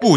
不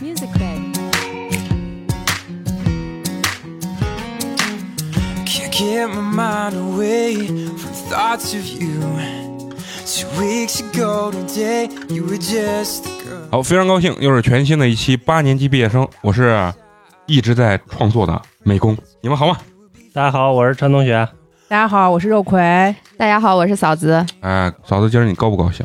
Music Bay， Can't get my mind away from thoughts of you. Two weeks ago today, you were just a girl. 好，非常高兴，又是全新的一期八年级毕业生。我是一直在创作的美工，你们好吗？大家好，我是陈同学。大家好，我是肉葵。大家好，我是嫂子。哎，嫂子，今儿你高不高兴？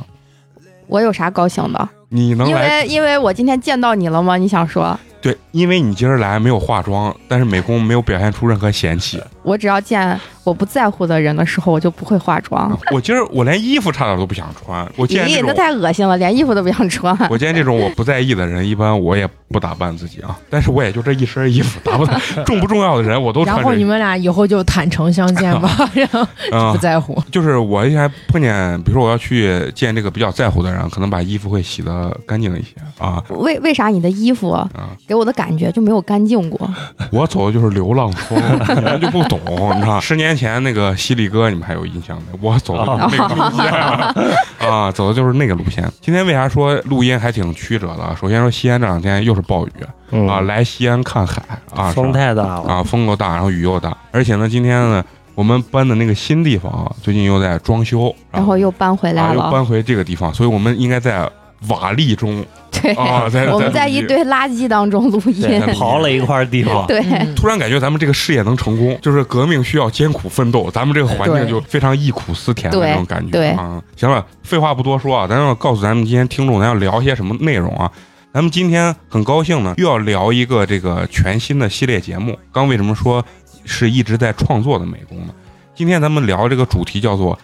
我有啥高兴的？你能因来？为因为我今天见到你了吗？你想说，对，因为你今儿来没有化妆，但是美工没有表现出任何嫌弃。我只要见我不在乎的人的时候，我就不会化妆。我今儿我连衣服差点都不想穿。我啊见哦咦，这那种，太恶心了，连衣服都不想穿。我见这种我不在意的人，一般我也不打扮自己啊。但是我也就这一身衣服，打不打 重不重要的人我都穿然这。后你们俩以后就坦诚相见 吧，然后啊不，在乎。就是我以前碰见，比如说我要去见这个比较在乎的人，可能把衣服会洗得干净一些啊。为为啥你的衣服啊给我的感觉就没有干净过？我走的就是流浪 风，你们就不懂，你知道？十年前那个犀利哥，你们还有印象没？我走的就是那个路线 啊，走的就是那个路线。今天为啥说录音还挺曲折的？首先说西安这两天又是暴雨嗯啊，来西安看海啊，风是吧太大了。啊，风又大，然后雨又大，而且呢，今天呢，我们搬的那个新地方啊，最近又在装修，然后又搬回啊，来又了。搬回这个地方，所以我们应该在瓦砾中 对，啊，在我们在录一音堆垃圾当中录对音。，刨了一块地方。对，嗯突然感觉咱们这个事业能成功，就是革命需要艰苦奋斗，咱们这个环境对就非常忆苦思甜的对那种感觉。对啊，行了，废话不多说啊，咱要告诉咱们今天听众，咱要聊些什么内容啊？咱们今天很高兴呢，又要聊一个这个全新的系列节目。刚为什么说是一直在创作的美工呢？今天咱们聊这个主题叫做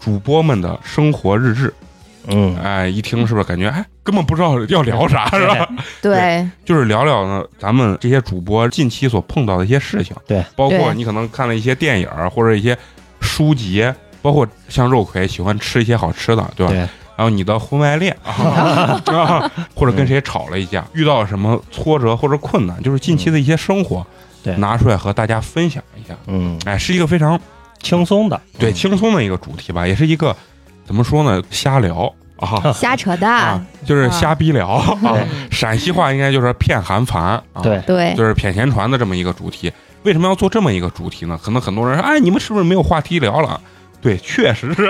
主播们的生活日志。嗯，哎，一听是不是感觉哎根本不知道要聊啥是 吧？对，就是聊聊呢，咱们这些主播近期所碰到的一些事情，对，包括对你可能看了一些电影儿或者一些书籍，包括像肉葵喜欢吃一些好吃的，对吧？对然后你的婚外恋 啊，啊或者跟谁吵了一架，遇到什么挫折或者困难，就是近期的一些生活，嗯对拿出来和大家分享一下。嗯，哎，是一个非常轻松的。对嗯轻松的一个主题吧，也是一个怎么说呢，瞎聊啊瞎扯啊淡。，就是瞎逼 聊啊对。陕西话应该就是骗韩盘啊。对，对，就是骗闲传的这么一个主题。为什么要做这么一个主题呢？可能很多人说，哎，你们是不是没有话题聊了？ 对，确实是，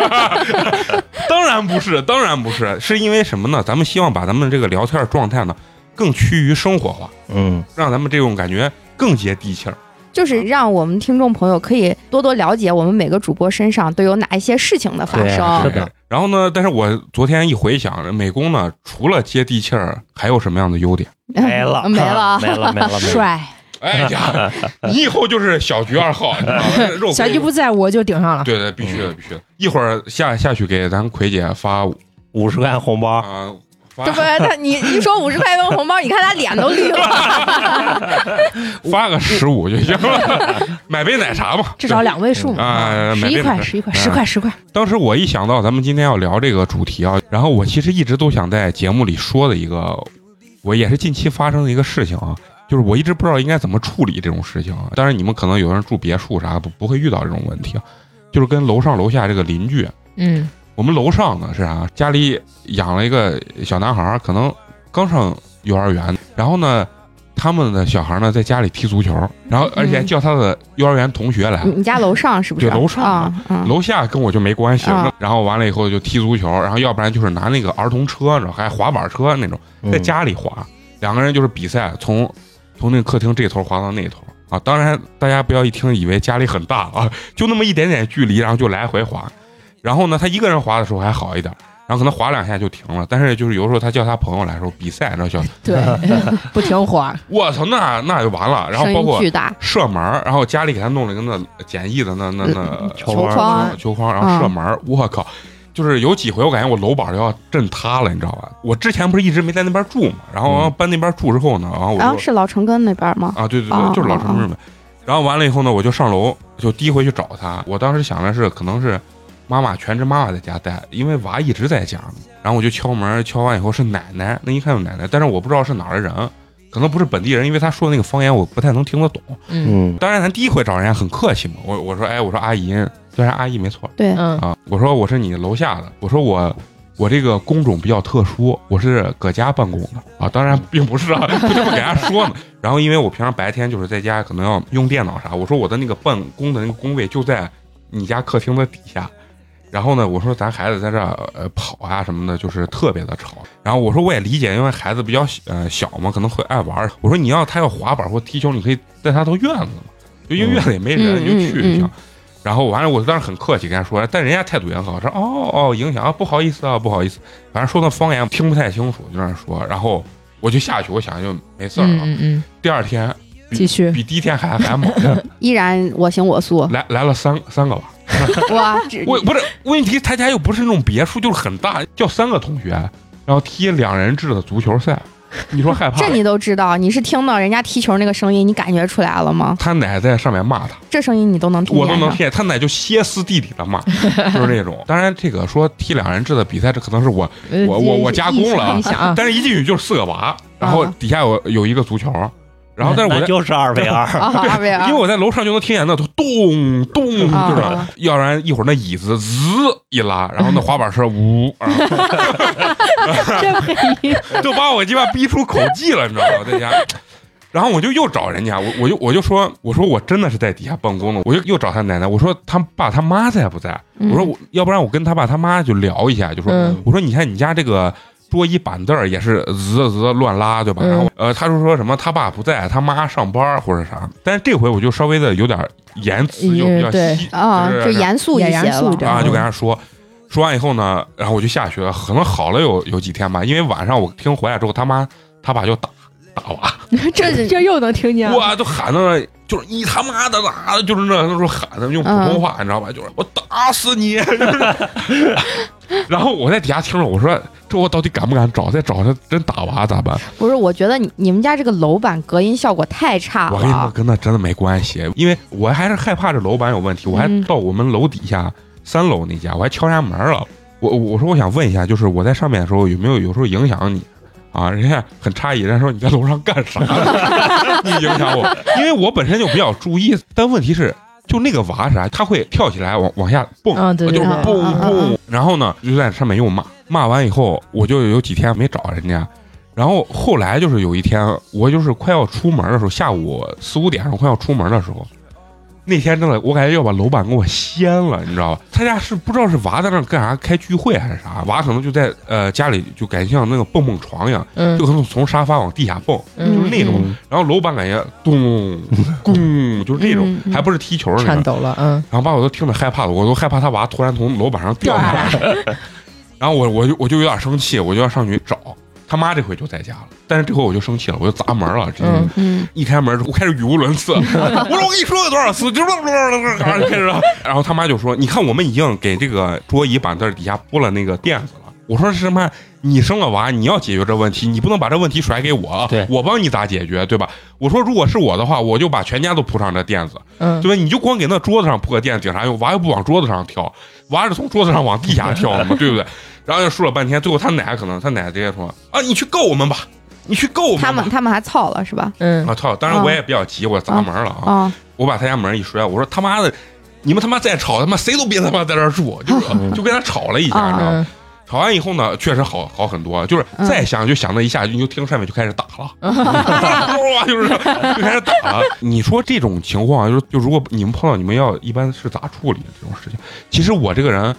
当然不是，当然不是，是因为什么呢？咱们希望把咱们这个聊天状态呢，更趋于生活化，嗯，让咱们这种感觉更接地气儿。嗯就是让我们听众朋友可以多多了解我们每个主播身上都有哪一些事情的发对生啊是。对的。然后呢，但是我昨天一回想，美工呢，除了接地气儿，还有什么样的 优点？没了，嗯没了 没了，没了，没了。帅，哎呀，你以后就是小菊二号，你知道吗肉桂小菊不在我就顶上 了。对对，必须的，必须的。一会儿下下去给咱葵姐发五十块钱红包，啊，发这不， 他你一说五十块钱红包，你看他脸都绿了。发个十五就行了， 买杯奶茶吧，至少两位数嘛啊，买十一杯奶块，茶。十一块，嗯十块，十块。当时我一想到咱们今天要聊这个主题啊，然后我其实一直都想在节目里说的一个，我也是近期发生的一个事情啊，就是我一直不知道应该怎么处理这种事情啊。当然，你们可能有人住别墅啥不不会遇到这种问题啊，就是跟楼上楼下这个邻居，嗯，我们楼上呢是啥？家里养了一个小男孩儿，可能刚上幼儿园，然后呢，他们的小孩呢在家里踢足球，然后而且叫他的幼儿园同学来，你你家楼上是不是？对楼上啊，嗯楼下跟我就没关系。嗯然后完了以后就踢足球，然后要不然就是拿那个儿童车，然后还滑板车那种，在嗯家里滑，两个人就是比赛，从从那个客厅这头滑到那头。啊，当然，大家不要一听以为家里很大啊， 就那么一点点距离，然后就来回滑。然后呢，他一个人滑的时候还好一点，然后可能滑两下就停了。但是就是有时候他叫他朋友来的时候比赛，然后叫对，不停火。我操，那那就完了。然后声包音括巨大，射门儿，然后嗯家里给他弄了一个那简易的那那那呃球框啊球框，然后射门儿，我靠！就是有几回我感觉我楼板就要震塌了，你知道吧？我之前不是一直没在那边住嘛，然后嗯搬那边住之后呢，然后我就、啊，是老城根那边吗？啊，对对啊对，就是老城日本。然后完了以后呢，我就上楼，就第一回去找他。我当时想的是，可能是妈妈全职妈妈在家待，因为娃一直在家嘛。然后我就敲门，敲完以后是奶奶，那一看有奶奶，但是我不知道是哪儿的人，可能不是本地人，因为他说的那个方言我不太能听得懂。嗯嗯，当然，咱第一回找人家很客气嘛，我我说哎，我说阿姨，虽然阿姨没错对，嗯啊，我说我是你楼下的，我说我。我这个工种比较特殊，我是搁家办公的啊，当然并不是啊， 就这么给大家说呢。然后因为我平常白天就是在家，可能要用电脑啥，我说我的那个办公的那个工位就在你家客厅的底下。然后呢，我说咱孩子在这儿呃跑啊什么的，就是特别的吵。然后我说我也理解，因为孩子比较小呃小嘛，可能会爱玩儿。我说你要他要滑板或踢球，你可以带他到院子嘛，就因为院子也没人，嗯你就去嗯就嗯行。嗯然后完了，我当时很客气跟人家说，哎但人家态度也很好，说哦哦影响啊，不好意思啊，不好意思，反正说那方言听不太清楚，就在那说。然后我就下去，我想就没事儿了。嗯嗯嗯，第二天继续比第一天还还猛，。依然我行我素 来来了三三个吧。哇，我不是问题，他家又不是那种别墅，就是很大，叫三个同学，然后踢两人制的足球赛，你说害怕这吗？你都知道，你是听到人家踢球那个声音，你感觉出来了吗？他奶在上面骂他，这声音你都能听我见都呢。能听见，他奶就歇斯底里的 骂，就是那种。当然，这个说踢两人制的比赛，这可能是我呃我我我加工了啊一想 啊，但是一进去就是四个娃，然后啊底下有有一个足球，然后但是我那在。就是二 v 二， 啊，二位啊因为，我在楼上就能听见那咚咚，就是啊要不然一会儿那椅子滋一拉，然后那滑板车呜，啊就把我鸡巴逼出口技了，你知道吗？在家，然后我就又找人家，我我就我就说，我说我真的是在底下办公的，我就又找他奶奶，我说他爸他妈在不啊在？嗯我说我要不然我跟他爸他妈就聊一下，就说、嗯我说你看你家这个桌椅板凳儿也是滋滋乱拉，对吧？嗯然后呃，他就说什么他爸不在，他妈上班儿或者啥，但是这回我就稍微的有点言辞就比较嗯对细啊，就是就严肃一也些严肃了。着啊，就跟他说。说完以后呢，然后我就下去了，可能好了有有几天吧，因为晚上我听回来之后，他妈他爸就打打我，这这又能听见了，我都喊到那，就是你他妈的啦，就是那那时候喊的用普通话，你知道吧？就是我打死你！就是然后我在底下听着，我说这我到底敢不敢找？再找他真打娃咋办？不是，我觉得你你们家这个楼板隔音效果太差我跟你说，了。跟那真的没关系，因为我还是害怕这楼板有问题，我还嗯到我们楼底下三楼那家，我还敲人家门了。我我说我想问一下，就是我在上面的时候有没有有时候影响你啊？人家很诧异，人家说你在楼上干啥？你影响我，因为我本身就比较注意。但问题是，就那个娃啥，他会跳起来往往下蹦，嗯对对就是对蹦蹦。嗯嗯嗯然后呢，就在上面又骂，骂完以后，我就有几天没找人家。然后后来就是有一天，我就是快要出门的时候，下午四五点，我快要出门的时候，那天真的，我感觉要把楼板给我掀了，你知道吧？他家是不知道是娃在那儿干啥，开聚会还是啥，娃可能就在呃家里就感觉像那个蹦蹦床一样，嗯就可能从沙发往地下蹦，嗯就是那种嗯然后楼板感觉 咚咚，就是那种嗯，嗯还不是踢球那颤种。抖了，嗯，然后把我都听得害怕了，我都害怕他娃突然从楼板上掉下来。 然后我我就我就有点生气，我就要上去找他妈。这回就在家了，但是这回我就生气了，我就砸门了，直接、嗯嗯，一开门我开始语无伦次。我说我跟你说了多少次，就是就开始了。然后他妈就说：“你看我们已经给这个桌椅板凳底下铺了那个垫子了。”我说：“是什么？你生了娃，你要解决这问题，你不能把这问题甩给我对，我帮你咋解决，对吧？”我说：“如果是我的话，我就把全家都铺上这垫子。”嗯对吧？你就光给那桌子上铺个垫，顶啥用？娃又不往桌子上跳，娃是从桌子上往地下跳的嘛，对不对？然后就说了半天，最后他奶可能他奶直接说啊，你去够我们吧，你去够我他吧们。他们还操了是吧？嗯啊，操！当然我也比较急，我砸门了啊！啊，我把他家门一摔，我说他妈的，你们他妈再吵，他妈谁都别他妈在这儿住，就是就跟他吵了一下，你知道吗？嗯 吵完以后呢，确实好好很多，就是再想就想那一下，你就听上面就开始打 了，哇，就是就开始打了。你说这种情况啊，就是就如果你们碰到，你们要一般是咋处理这种事情？其实我这个人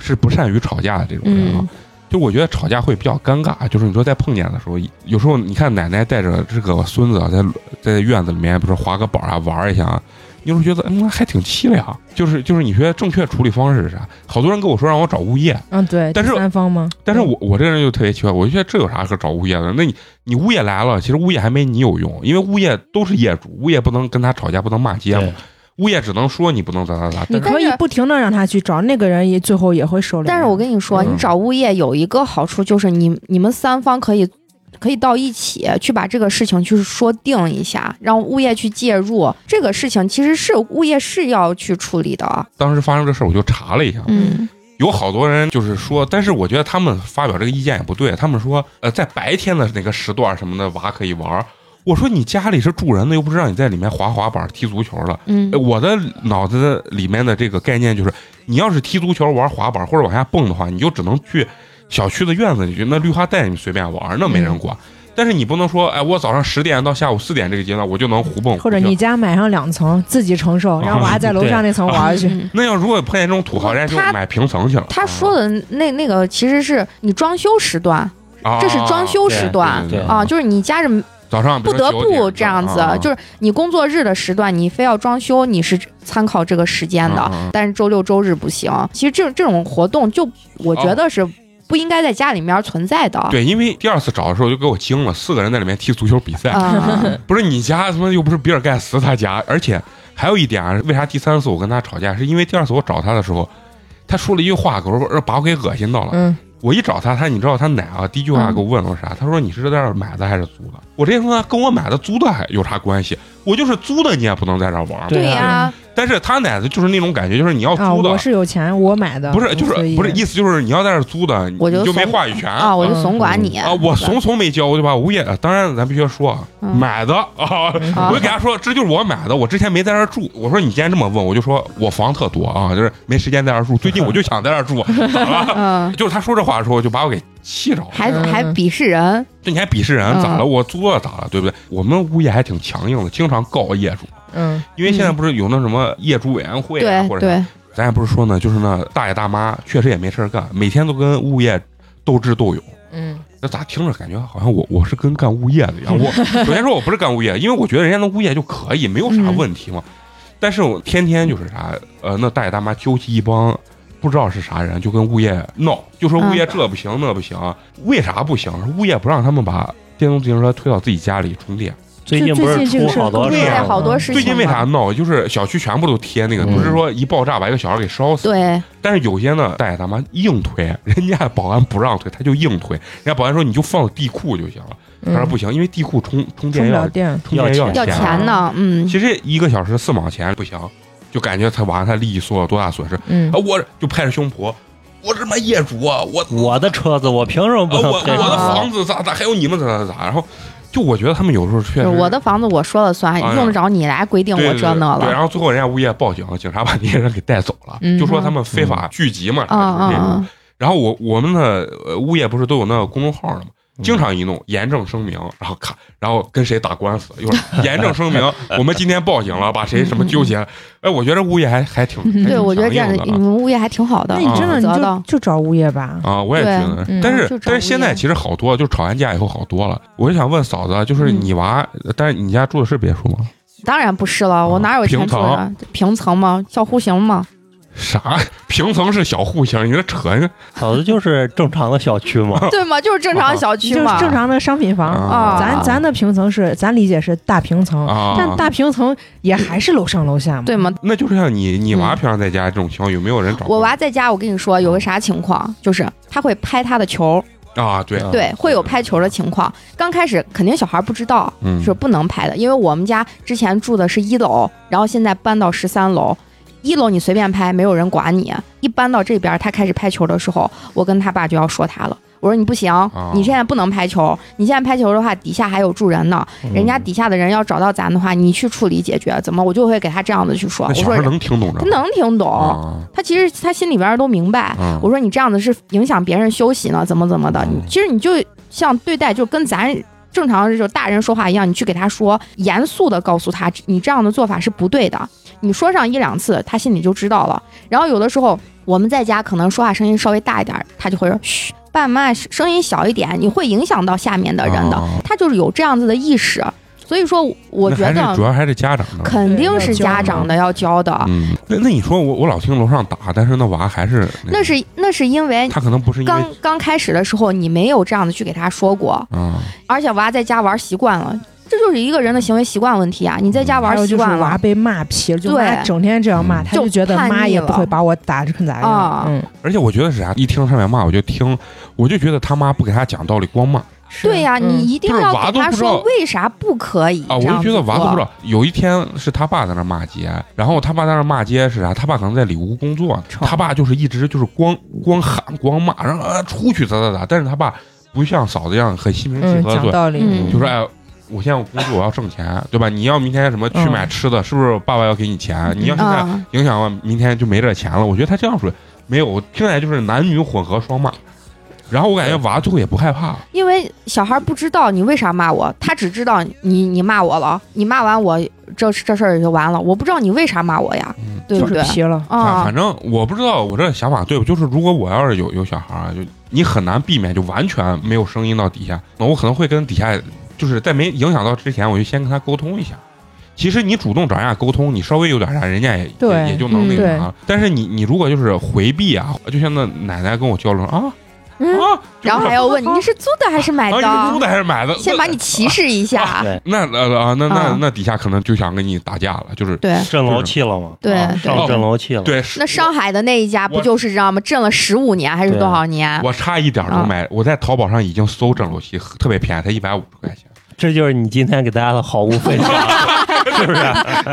是不善于吵架的这种人啊。嗯就我觉得吵架会比较尴尬，就是你说在碰见的时候，有时候你看奶奶带着这个孙子啊，在在院子里面不是滑个板啊玩一下啊，你就觉得嗯还挺凄凉。就是就是你觉得正确处理方式是啥？好多人跟我说让我找物业，嗯，对，但是第三方吗？但是我我这个人就特别奇怪，我就觉得这有啥可找物业的？那你你物业来了，其实物业还没你有用，因为物业都是业主，物业不能跟他吵架，不能骂街嘛对。物业只能说你不能咋咋咋，你但是可以不停的让他去找那个人，也最后也会收敛。但是我跟你说，嗯你找物业有一个好处就是你你们三方可以可以到一起去把这个事情去说定一下，让物业去介入。这个事情其实是物业是要去处理的啊。当时发生这事儿，我就查了一下，嗯有好多人就是说，但是我觉得他们发表这个意见也不对。他们说，呃，在白天的那个时段什么的，娃可以玩儿。我说你家里是住人的，又不是让你在里面滑滑板、踢足球的。嗯呃我的脑子里面的这个概念就是，你要是踢足球、玩滑板或者往下蹦的话，你就只能去小区的院子里去，那绿化带你随便玩儿，那没人管。嗯但是你不能说，哎，我早上十点到下午四点这个阶段，我就能胡蹦。或者胡跳你家买上两层自己承受，让 娃在楼上那层玩去。嗯那要如果碰见这种土豪，人家就他买平层去了。他说的那那个其实是你装修时段，啊，这是装修时段对对对啊，就是你家是早上比不如说得9不点这样子啊啊，就是你工作日的时段，你非要装修，你是参考这个时间的嗯嗯嗯，但是周六周日不行。其实这种这种活动，就我觉得是不应该在家里面存在的。哦对，因为第二次找的时候就给我惊了，四个人在里面踢足球比 赛，啊，不是你家他妈又不是比尔盖茨他家，而且还有一点啊，为啥第三次我跟他吵架，是因为第二次我找他的时候，他说了一句话，给我把我给恶心到了。嗯，我一找他，他你知道他奶啊，第一句话给我问了我嗯啥？他说你是在这儿买的还是租的？我直接说跟我买的租的还有啥关系？我就是租的，你也不能在这儿玩儿。对啊呀，但是他奶的就是那种感觉，就是你要啊，租的，我是有钱，我买的，不是就是所以不是意思就是你要在这儿租的，我就你就没怂话语权啊，我就嗯怂管你啊，我怂怂没交，我就把物业，当然咱必须要说啊，嗯买的啊，嗯啊我就给他说，这就是我买的，我之前没在这儿住。我说你既然这么问，我就说我房特多啊，就是没时间在这儿住，最近我就想在这儿 住，咋了？嗯， 就是他说这话的时候，就把我给气着了。还嗯还鄙视人，这你还鄙视人嗯咋了？我租了咋了？对不对？我们物业还挺强硬的，经常告业主，嗯，因为现在不是有那什么业主委员会啊，对或者对，咱也不是说呢，就是那大爷大妈确实也没事儿干，每天都跟物业斗智斗勇。嗯，那咋听着感觉好像我我是跟干物业的一样？我首先说我不是干物业，因为我觉得人家那物业就可以，没有啥问题嘛。但是我天天就是啥，呃，那大爷大妈纠集一帮不知道是啥人，就跟物业闹，就说物业这不行、那不行，为啥不行？物业不让他们把电动自行车推到自己家里充电。最近不是最近这出个事儿好多对事呀儿在吗，好多事最近情为啥嘛，闹？就是小区全部都贴那个，嗯不是说一爆炸把一个小孩给烧死，对，但是有些呢，大爷大妈硬推， 人家保安不让推，他就硬推。人家保安说你就放地库就行了，他说不行，因为地库充充啊嗯充电不要了电，充电要要嗯要钱。钱呢，嗯，其啊实一个小时四毛钱不行，就感觉他完了他利益受了多大损失啊！嗯，我就拍着胸脯，我是他妈业主啊，我我的车子，我凭什呃么不我能啊我开？的哦房子咋咋，还有你们咋咋咋，然后就我觉得他们有时候确就实是我的房子我说了算，哎呀用得着你来规定对我对这那对对，啊了，然后最后人家物业报警，警察把那些人给带走了，嗯就说他们非法聚集嘛，嗯就是嗯这种。嗯，然后我我们的呃物业不是都有那个公众号的嘛，经常一弄严正声明，然后咔，然后跟谁打官司，一会儿 严正声明，我们今天报警了，把谁什么纠结了。哎，我觉得物业还还挺，还对，挺我觉得强这样硬的的嗯你啊们物业还挺好的，那你真嗯的你责的就，就找物业吧。啊，我也觉得对，但是嗯就找但是现物在业其实好多，就吵完架以后好多了。我就想问嫂子，啊就是嗯你娃，但是你家住的是别墅吗？当然不是了，我哪有钱住啊呀？平层吗？小户型吗？啥平层是小户型，你这扯呢嫂子就是正常的小 区嘛，对吗？就是正常小区就是嘛，正常的商品房。啊咱咱的平层是，咱理解是大平层，啊但大平层也还是楼上楼下嘛。对吗？那就是像你你娃平常在家这种情况，有没有人找嗯我娃在家，我跟你说有个啥情况，就是他会拍他的球，啊？对，对，会有拍球的情况。刚开始肯定小孩不知道嗯是不能拍的，因为我们家之前住的是一楼，然后现在搬到十三楼。一楼你随便拍，没有人管你。一搬到这边，他开始拍球的时候，我跟他爸就要说他了。我说你不行，哦你现在不能拍球。你现在拍球的话，底下还有住人呢，哦人家底下的人要找到咱的话，你去处理解决，怎么我就会给他这样的去说。那我小说孩能听懂着他能听懂，啊他其实他心里边儿都明白。啊哎我说你这样子是影响别人休息呢，怎么怎么的？你其实你就像对待就跟咱。正常就是大人说话一样，你去给他说，严肃的告诉他，你这样的做法是不对的。你说上一两次，他心里就知道了。然后有的时候我们在家可能说话声音稍微大一点儿，他就会说：“嘘，爸妈声音小一点，你会影响到下面的人的。啊他就是有这样子的意识，所以说我那觉还是主得要还是家长的。肯定是对要教家长的要教的。嗯，那那你说我我老听楼上打，但是那娃还是那是那是因为他可能不是因为刚刚开始的时候，你没有这样的去给他说过，啊而且娃在家玩习惯了，这这就是一个人的行为习惯问题啊！你在家还嗯玩有习就是惯娃了，被骂皮了，就对妈整天这样骂，他就就觉得叛逆妈也不了会把我打成咋啊样。嗯，而且我觉得是啥，一听上面骂我就听，我就觉得他妈不给他讲道理，光骂对呀、嗯你一定就是要娃给都他不知道说为啥不可以啊！我这样就觉得子娃都做不知道。有一天是他爸在那骂街，然后他爸在那骂街是啥？他爸可能在里屋工作呢，他爸就是一直就是光光喊光骂，然后啊出去咋咋咋，但是他爸不像嫂子一样很心平气嗯，和地讲说，道理，嗯就说哎。我现在我工作，我要挣钱，对吧？你要明天什么去买吃的，是不是爸爸要给你钱？你要现在嗯，影响完，明天就没这钱了。我觉得他这样说没有，我听起来就是男女混合双骂。然后我感觉娃最后也不害怕，因为小孩不知道你为啥骂我，他只知道你你骂我了，你骂完我这这事儿也就完了，我不知道你为啥骂我呀，嗯对就不是对？皮了。反啊反，正我不知道我这想法对不，就是如果我要是有有小孩儿，就你很难避免就完全没有声音到底下，那我可能会跟底下就是在没影响到之前，我就先跟他沟通一下。其实你主动找人家沟通，你稍微有点啥，人家也对也也就能那个嗯啥了。但是你你如果就是回避啊，就像那奶奶跟我交流啊嗯，啊，就然后还要问啊你是租的还是买的，啊，你是租的还啊是买的？先把你歧视一下，对那呃啊，那那啊那底下可能就想跟你打架了，就是对震楼气了嘛，对啊对上震楼气了，对，是那上海的那一家不我就是这样吗？震了十五年还是对啊多少年？我差一点啊儿能买，我在淘宝上已经搜整楼器，特别便宜，才一百五十块 钱。这就是你今天给大家的毫无分 享，是不是？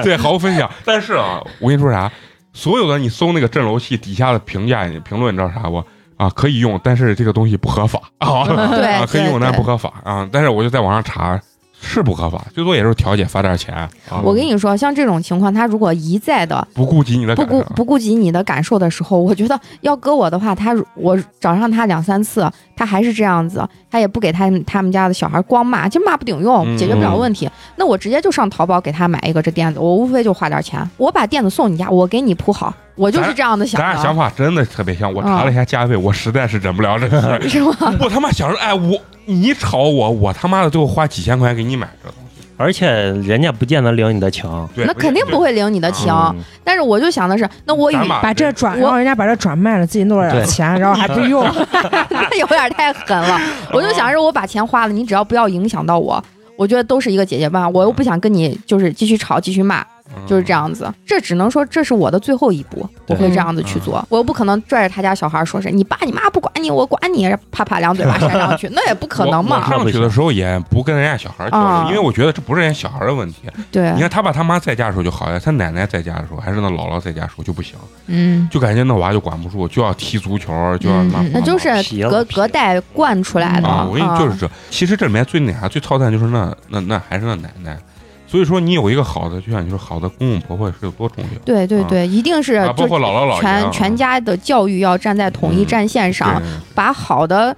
对，毫无分享。但是啊，我跟你说啥，所有的你搜那个震楼器底下的评价、评论，你知道啥不？啊，可以用，但是这个东西不合法啊，对 啊，可以对用，但对不合法啊。但是我就在网上查，是不合法，最多也就是调解罚点钱啊。我跟你说，像这种情况，他如果一再的不顾及你的不感顾受，不顾及你的感受的时候，我觉得要搁我的话，他如我找上他两三次，他还是这样子，他也不给他们他们家的小孩光骂，就骂不顶用，嗯解决不了问题。那我直接就上淘宝给他买一个这垫子，我无非就花点钱，我把垫子送你家，我给你铺好，我就是这样的想啊咱俩的，想法真的特别像。我查了一下价位，我实在是忍不了这个事儿。是吗？我他妈想着，哎，我你吵我，我他妈的最后花几千块钱给你买这东西，而且人家不见得领你的情，对，那肯定不会领你的情，嗯但是我就想的是，那我与咱把把这转，我然后人家把这转卖了，自己弄了点对钱，然后还不用， 那 有点太狠了。我就想着我把钱花了，你只要不要影响到我，我觉得都是一个解决办法。我又不想跟你就是继续吵、继续骂，就是这。样子。这只能说这是我的最后一步，我会对这样子嗯去做。我又不可能拽着他家小孩说是你爸你妈不管你，我管你，啪啪两嘴巴扇上去，那也不可能我我嘛。上去的时候也不跟人家小孩交流，啊因为我觉得这不是人家小孩的问题。对你，看他爸他妈在家的时候就好呀，他奶奶在家的时候，还是那姥姥在家的时候就不行，嗯，就感觉那娃就管不住，就要踢足球，就要骂嗯嗯那就是皮了呃隔皮隔代惯出来的。啊，我跟你就是啊这。其实这里面最那啥最操蛋就是那那那还是那奶奶。所以说你有一个好的，就像你说好的公公婆婆是有多重要。对对对，一定是啊包就括姥姥姥爷啊全全家的教育要站在统一嗯战线上，对把好的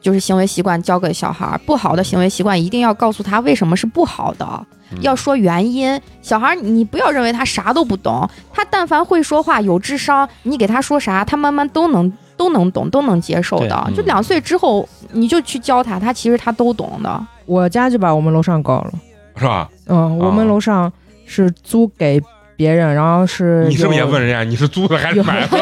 就是行为习惯教给小孩儿，不好的行为习惯一定要告诉他为什么是不好的，嗯要说原因。小孩儿你不要认为他啥都不懂，他但凡会说话、有智商，你给他说啥，他慢慢都能都能懂、都能接受的。对嗯就两岁之后你就去教他，他其实他都懂的。啊我家就把我们楼上搞了。是吧？嗯，我们啊楼上是租给别人，然后是你是不是也有问人家你是租的还是有买 的？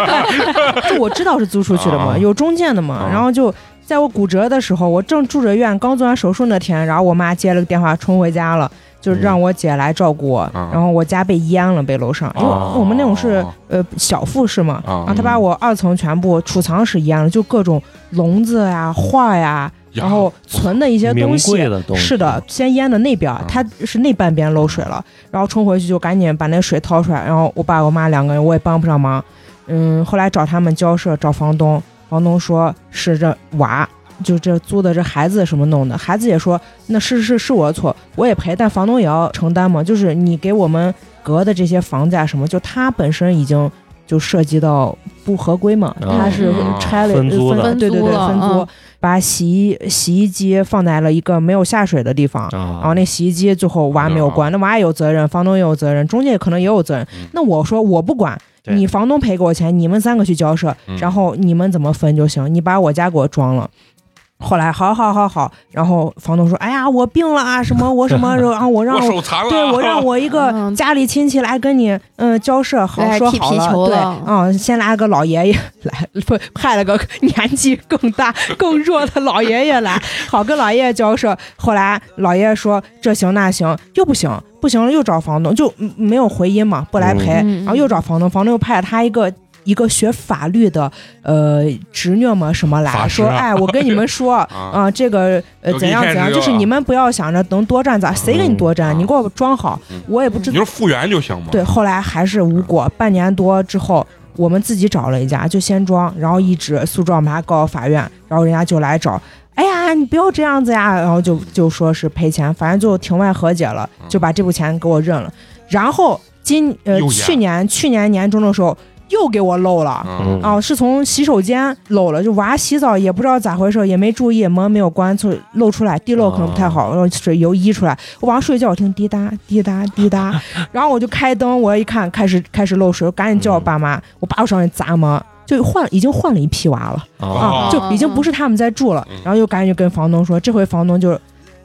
就我知道是租出去的嘛，啊 有中介的嘛。啊然后就在我骨折的时候，我正住着院，刚做完手术那天，然后我妈接了个电话，冲回家了，就是让我姐来照顾我。嗯啊然后我家被淹了，被楼上，因为哦我们那种是呃小复式嘛，啊然后她把我二层全部储藏室淹了，就各种笼子呀、画呀，呀然后存的一些东名西啊贵。的东西是的，，先淹的那边儿啊，它是那半边漏水了，然后冲回去就赶紧把那水掏出来，然后我爸我妈两个人我也帮不上忙，嗯，后来找他们交涉，找房东，房东说是这娃。就这租的这孩子什么弄的，孩子也说那是是是我的错，我也赔，但房东也要承担嘛。就是你给我们隔的这些房价什么，就他本身已经就涉及到不合规嘛，啊他是拆了分租的对对分租对，了分租嗯，把洗衣洗衣机放在了一个没有下水的地方，然啊后，那洗衣机最后娃没有关，那娃也有责任，房东也有责任，中介可能也有责任嗯。那我说我不管，对啊你房东赔给我钱，你们三个去交涉，嗯然后你们怎么分就行。你把我家给我装了，后来好好好好，然后房东说：“哎呀，我病了啊，什么我什么，然后我让我我手残了，啊对 我让我一个嗯家里亲戚来跟你嗯交涉，好来说踢好皮了，球对，了嗯，先拉个老爷爷来，不派了个年纪更大更弱的老爷爷来，好跟老爷爷交涉。后来老爷爷说这行那行又不行，不行了又找房东，就嗯没有回音嘛，不来赔，嗯嗯嗯然后又找房东，房东又派了他一个。一个学法律的，呃，侄女们什么法来师说，啊哎，我跟你们说，啊，啊、这个呃就怎一样开怎样，始就就是啊你们不要想着能多占咋，谁给你多占？嗯你给我装好嗯，我也不知你说道。复原就行嘛。对，后来还是啊无果，半年多之后。我们自己找了一家，就先装，然后一直诉状把他告到法院，然后人家就来找，哎呀，你不要这样子呀，然后就就说是赔钱，反正就庭外和解啊了，就把这部钱给我认了。然后今呃又演去年去年年中的时候又给我漏了，嗯，哦，是从洗手间漏了，就娃洗澡也不知道咋回事，也没注意门没有关，就漏出来，地漏可能不太哦好，然后水油溢出来。我晚上睡觉，我听滴答滴答滴答， 然后我就开灯，我一看开始开始漏水，我赶紧叫我爸妈，我爸我上去砸门，就换已经换了一批娃了哦啊，就已经不是他们在住了嗯，然后又赶紧跟房东说，这回房东就是。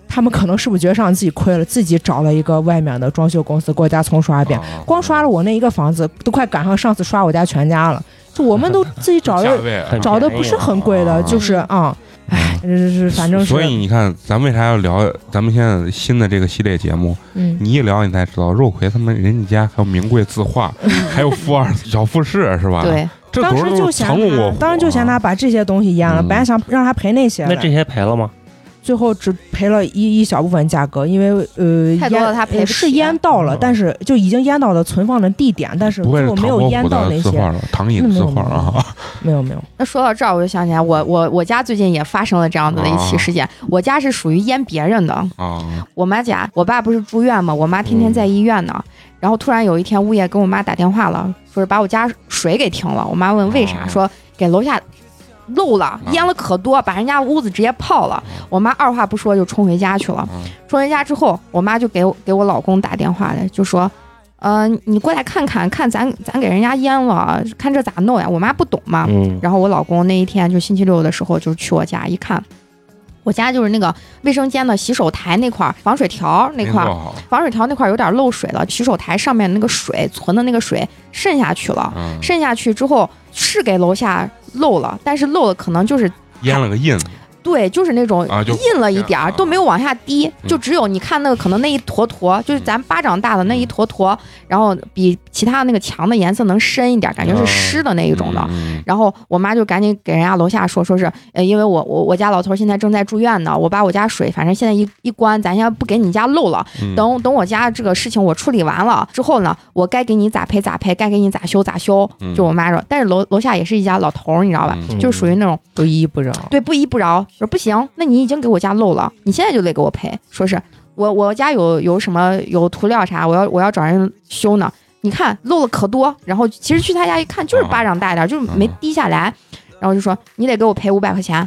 他们可能是不是觉得上自己亏了，自己找了一个外面的装修公司给我家重刷一遍，啊光刷了我那一个房子，都快赶上上次刷我家全家了。就我 们都自己找价的，位啊很找的不是很贵的，啊就是啊，哎，是是，反正是，所以你看，咱为啥要聊咱们现在新的这个系列节目？嗯，你一聊，你才知道肉葵他们人家家还有名贵字 画，还有富二小富士是吧？，对，这当都是时都就是嫌藏龙卧他虎，啊。当时就嫌他把这些东西淹了，嗯本来想让他赔那些那的，这些赔了吗？最后只赔了一一小部分价格，因为呃，太多了淹他赔不起是淹到了，嗯但是就已经淹到了存放的地点，但是不会最是后没唐有伯淹虎到的那字些，画了，唐寅的字画啊，没有没有，那说到这儿，我就想起来，我我我家最近也发生了这样子的一起事件。我家是属于淹别人的，哦啊，我妈家，我爸不是住院嘛，我妈天天在医院呢。然后突然有一天，物业给我妈打电话了，说是把我家水给停了。我妈问为啥，哦说给楼下漏了，嗯淹了可多，把人家屋子直接泡了。我妈二话不说就冲回家去了。嗯冲回家之后，我妈就给我给我老公打电话来，就说。呃，你过来看看，看咱咱给人家淹了，看这咋弄呀？我妈不懂嘛，嗯，啊然后我老公那一天就星期六的时候就去我家一看，我家就是那个卫生间的洗手台那块儿防水条那块儿，啊儿，防水条那块儿有点漏水了，洗手台上面那个水存的那个水渗下去了，嗯，渗下去之后是给楼下漏了，但是漏了可能就是淹了个印对，就是那种啊，就印了一点儿，啊都没有往下滴，嗯就只有你看那个可能那一坨坨，就是咱巴掌大的那一坨坨，嗯然后比其他那个墙的颜色能深一点儿，感觉是哦啊湿的那一种的。嗯然后我妈就赶紧给人家楼下说，说是，呃，因为我我我家老头儿现在正在住院呢，我把我家水反正现在一一关，咱先不给你家漏了，嗯等等我家这个事情我处理完了之后呢，我该给你咋赔咋赔，该给你咋修咋修。嗯就我妈说，但是楼楼下也是一家老头儿，你知道吧？嗯嗯就属于那种都依依不饶。对不依不饶，说不行，那你已经给我家漏了，你现在就得给我赔。说是我我家有有什么有涂料啥，我要我要找人修呢。你看漏了可多，然后其实去他家一看就是巴掌大一点，就是没滴下来，然后就说你得给我赔五百块钱，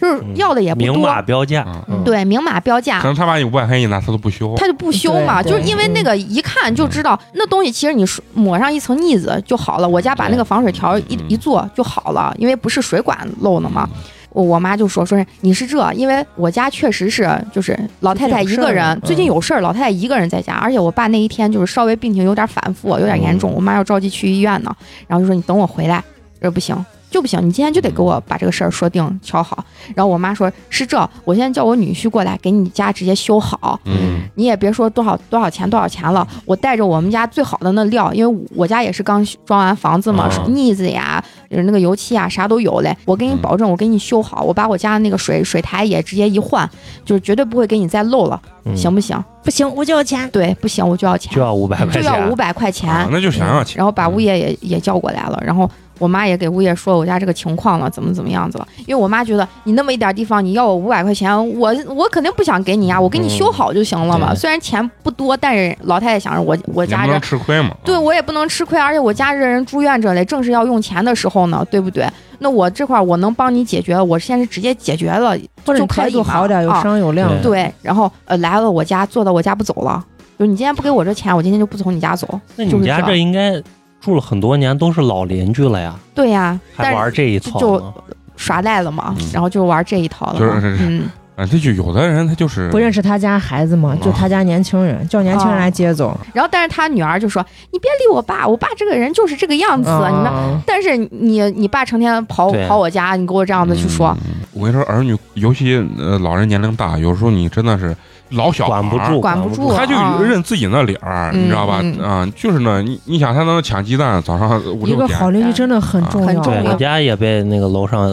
就是要的也不明多码，标价，啊嗯对，明码标价可。能他把你五百块钱一拿，他都不修，他就不修嘛，对嗯就是对因为那个一看就知道，那东西其实你说抹上一层腻子就好了。我家把那个防水条一嗯一做就好了，因为不是水管漏啊了嘛。我我妈就说说是你是这，因为我家确实是就是老太太一个人，最最近近有事儿，啊老太太一个人在家，而且我爸那一天就是稍微病情有点反复，有点严重，我妈要着急去医院呢，然后就说你等我回来，这不行。就不行，你今天就得给我把这个事儿说定敲好。然后我妈说：“是这，我现在叫我女婿过来给你家直接修好。嗯你也别说多少多少钱多少钱了，我带着我们家最好的那料，因为我家也是刚装完房子嘛，啊是腻子呀、呃那个油漆呀啥都有嘞。我给你嗯保证，我给你修好，我把我家那个水水台也直接一换，就是绝对不会给你再漏了，嗯行不行？不行，我就要钱。对，不行我就要钱就，要五百块就钱，要五百块钱。嗯啊，那就想要钱，然后把物业也也叫过来了，然后我妈也给物业说我家这个情况了，怎么怎么样子了。因为我妈觉得你那么一点地方，你要我五百块钱，我我肯定不想给你呀、我给你修嗯好就行了嘛。对虽然钱不多，但是老太太想着我我也家不这能。吃亏嘛，啊对，我也不能吃亏，而且我家这人住院着嘞，正是要用钱的时候呢，对不对？那我这块儿我能帮你解决，我现在是直接解决了，嗯或者就你可态以度嘛好点，有啊商有量。对对，然后呃来了我家，坐到我家不走了，就是你今天不给我这钱，我今天就不从你家走。那就你是家这这应该住了很多年，都是老邻居了呀，对呀、还但是玩这一就套就呢？耍赖了嘛嗯，然后就玩这一套了嘛。就是嗯，啊，这就有的人他就是不认识他家孩子嘛，就他家年轻人，叫年轻哦人来接走。然后但是他女儿就说：“你别理我爸，我爸这个人就是这个样子，你们。”嗯但是你你爸成天跑对跑我家，你给我这样子去说，嗯我跟你说，儿女尤其呃老人年龄大，有时候你真的是老小管不孩儿住，管不不住他就啊认自己那理儿，嗯你知道吧？嗯啊，就是呢，你你想他能抢鸡蛋，早上五一六个点好邻居真的很重很要，重对要我家也被那个楼上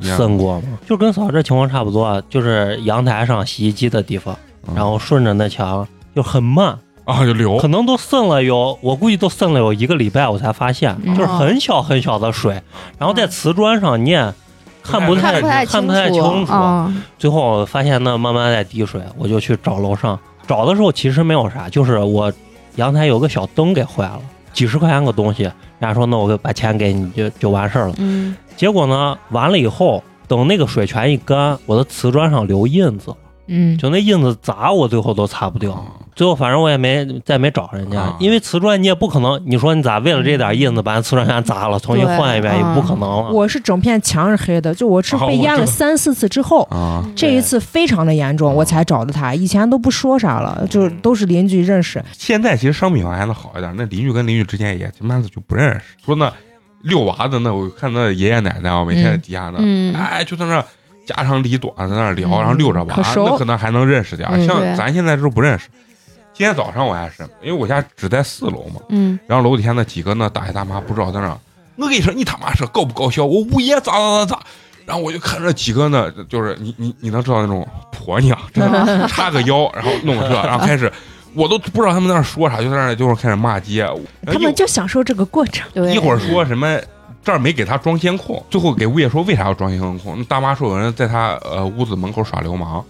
一样，渗过嘛，就跟嫂子这情况差不多啊，就是阳台上洗衣机的地方，嗯然后顺着那墙就很慢，啊就流可能都渗了有，我估计都渗了有一个礼拜，我才发现，嗯就是很小很小的水，然后在瓷砖上你也看不嗯看太不太看清不太清楚楚，哦啊。最后我发现那慢慢在滴水，我就去找楼上。找的时候其实没有啥，就是我阳台有个小灯给坏了，几十块钱个东西，人家说那我给把钱给你就就完事儿了。嗯，结果呢，完了以后，等那个水全一干，我的瓷砖上留印子，嗯，就那印子砸我最后都擦不掉。啊最后反正我也没再没找人家啊，因为瓷砖你也不可能，你说你咋为了这点印子把瓷砖全砸了，重新对换一遍也嗯不可能了。我是整片墙是黑的，就我是被淹了三四次之后，啊，嗯这一次非常的严重，我才找的他。以前都不说啥了，就都是邻居认识。现在其实商品房还能好一点，那邻居跟邻居之间也他妈的就不认识。说那遛娃的那，我看那爷爷奶奶啊，每天在底下呢，嗯哎，就在那儿家长里短在那儿聊，嗯然后遛着娃，可熟那可能还能认识点儿。嗯像对咱现在就不认识。今天早上我还是，因为我家只在四楼嘛，嗯，然后楼底下那几个那大爷大妈不知道在那儿，我跟你说，你他妈说搞不搞笑？我物业咋咋咋咋？然后我就看这几个呢，就是你你你能知道那种婆 娘，真的叉个腰，然后弄个这，然后开始，我都不知道他们在那儿说啥，就在那儿就是开始骂街。他们就享受这这个过程，对，一会儿说什么这儿没给他装监控，最后给物业说为啥要装监控？那大妈说有人在他呃屋子门口耍流氓，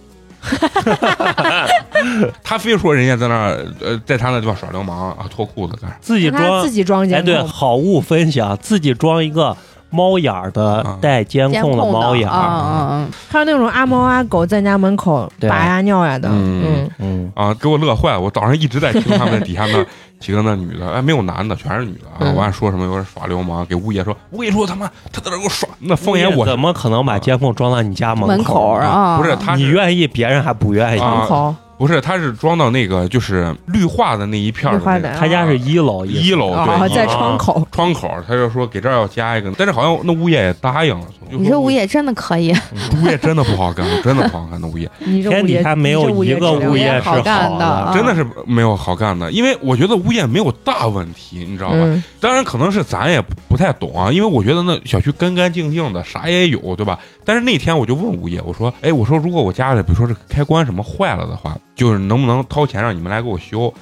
他非说人家在那儿呃在他那地方耍流氓啊，脱裤子干啥？自己他装自己装哎，监对，控。好物分享，自己装一个猫眼儿的嗯带监监控控的猫眼啊儿，啊还有那种阿猫阿狗在家门口对把呀尿呀的，嗯嗯，嗯，啊，给我乐坏了！我早上一直在听他们底下那几个那女的，哎，没有男的，全是女的啊。嗯完了说什么有人耍流氓，给物业说，我跟你说他妈他在这儿给我耍那方言物业我怎么可能把监控装到你家啊门门口儿啊，不是他你是愿意，别人还不愿意。啊门口不是他是装到那个就是绿化的那一片儿绿的化那的个，他家是一楼，意思一楼啊，对，哦一 在楼窗口，窗口儿，他就说给这儿要加一个，但是好像那物业也答应了，就你说物业业真的可以，物业真的不好干，真的不好干，那物业你这天物业底下没你这有一个质量物业是好干的的啊，真的是没有好干的，因为我觉得物业没有大问题，你知道吧？嗯，当然，可能是咱也不太懂啊，因为我觉得那小区干干净净的，啥也有，对吧？但是那天我就问物业，我说，哎，我说如果我家里比如说这个开关什么坏了的话，就是能不能掏钱让你们来给我修？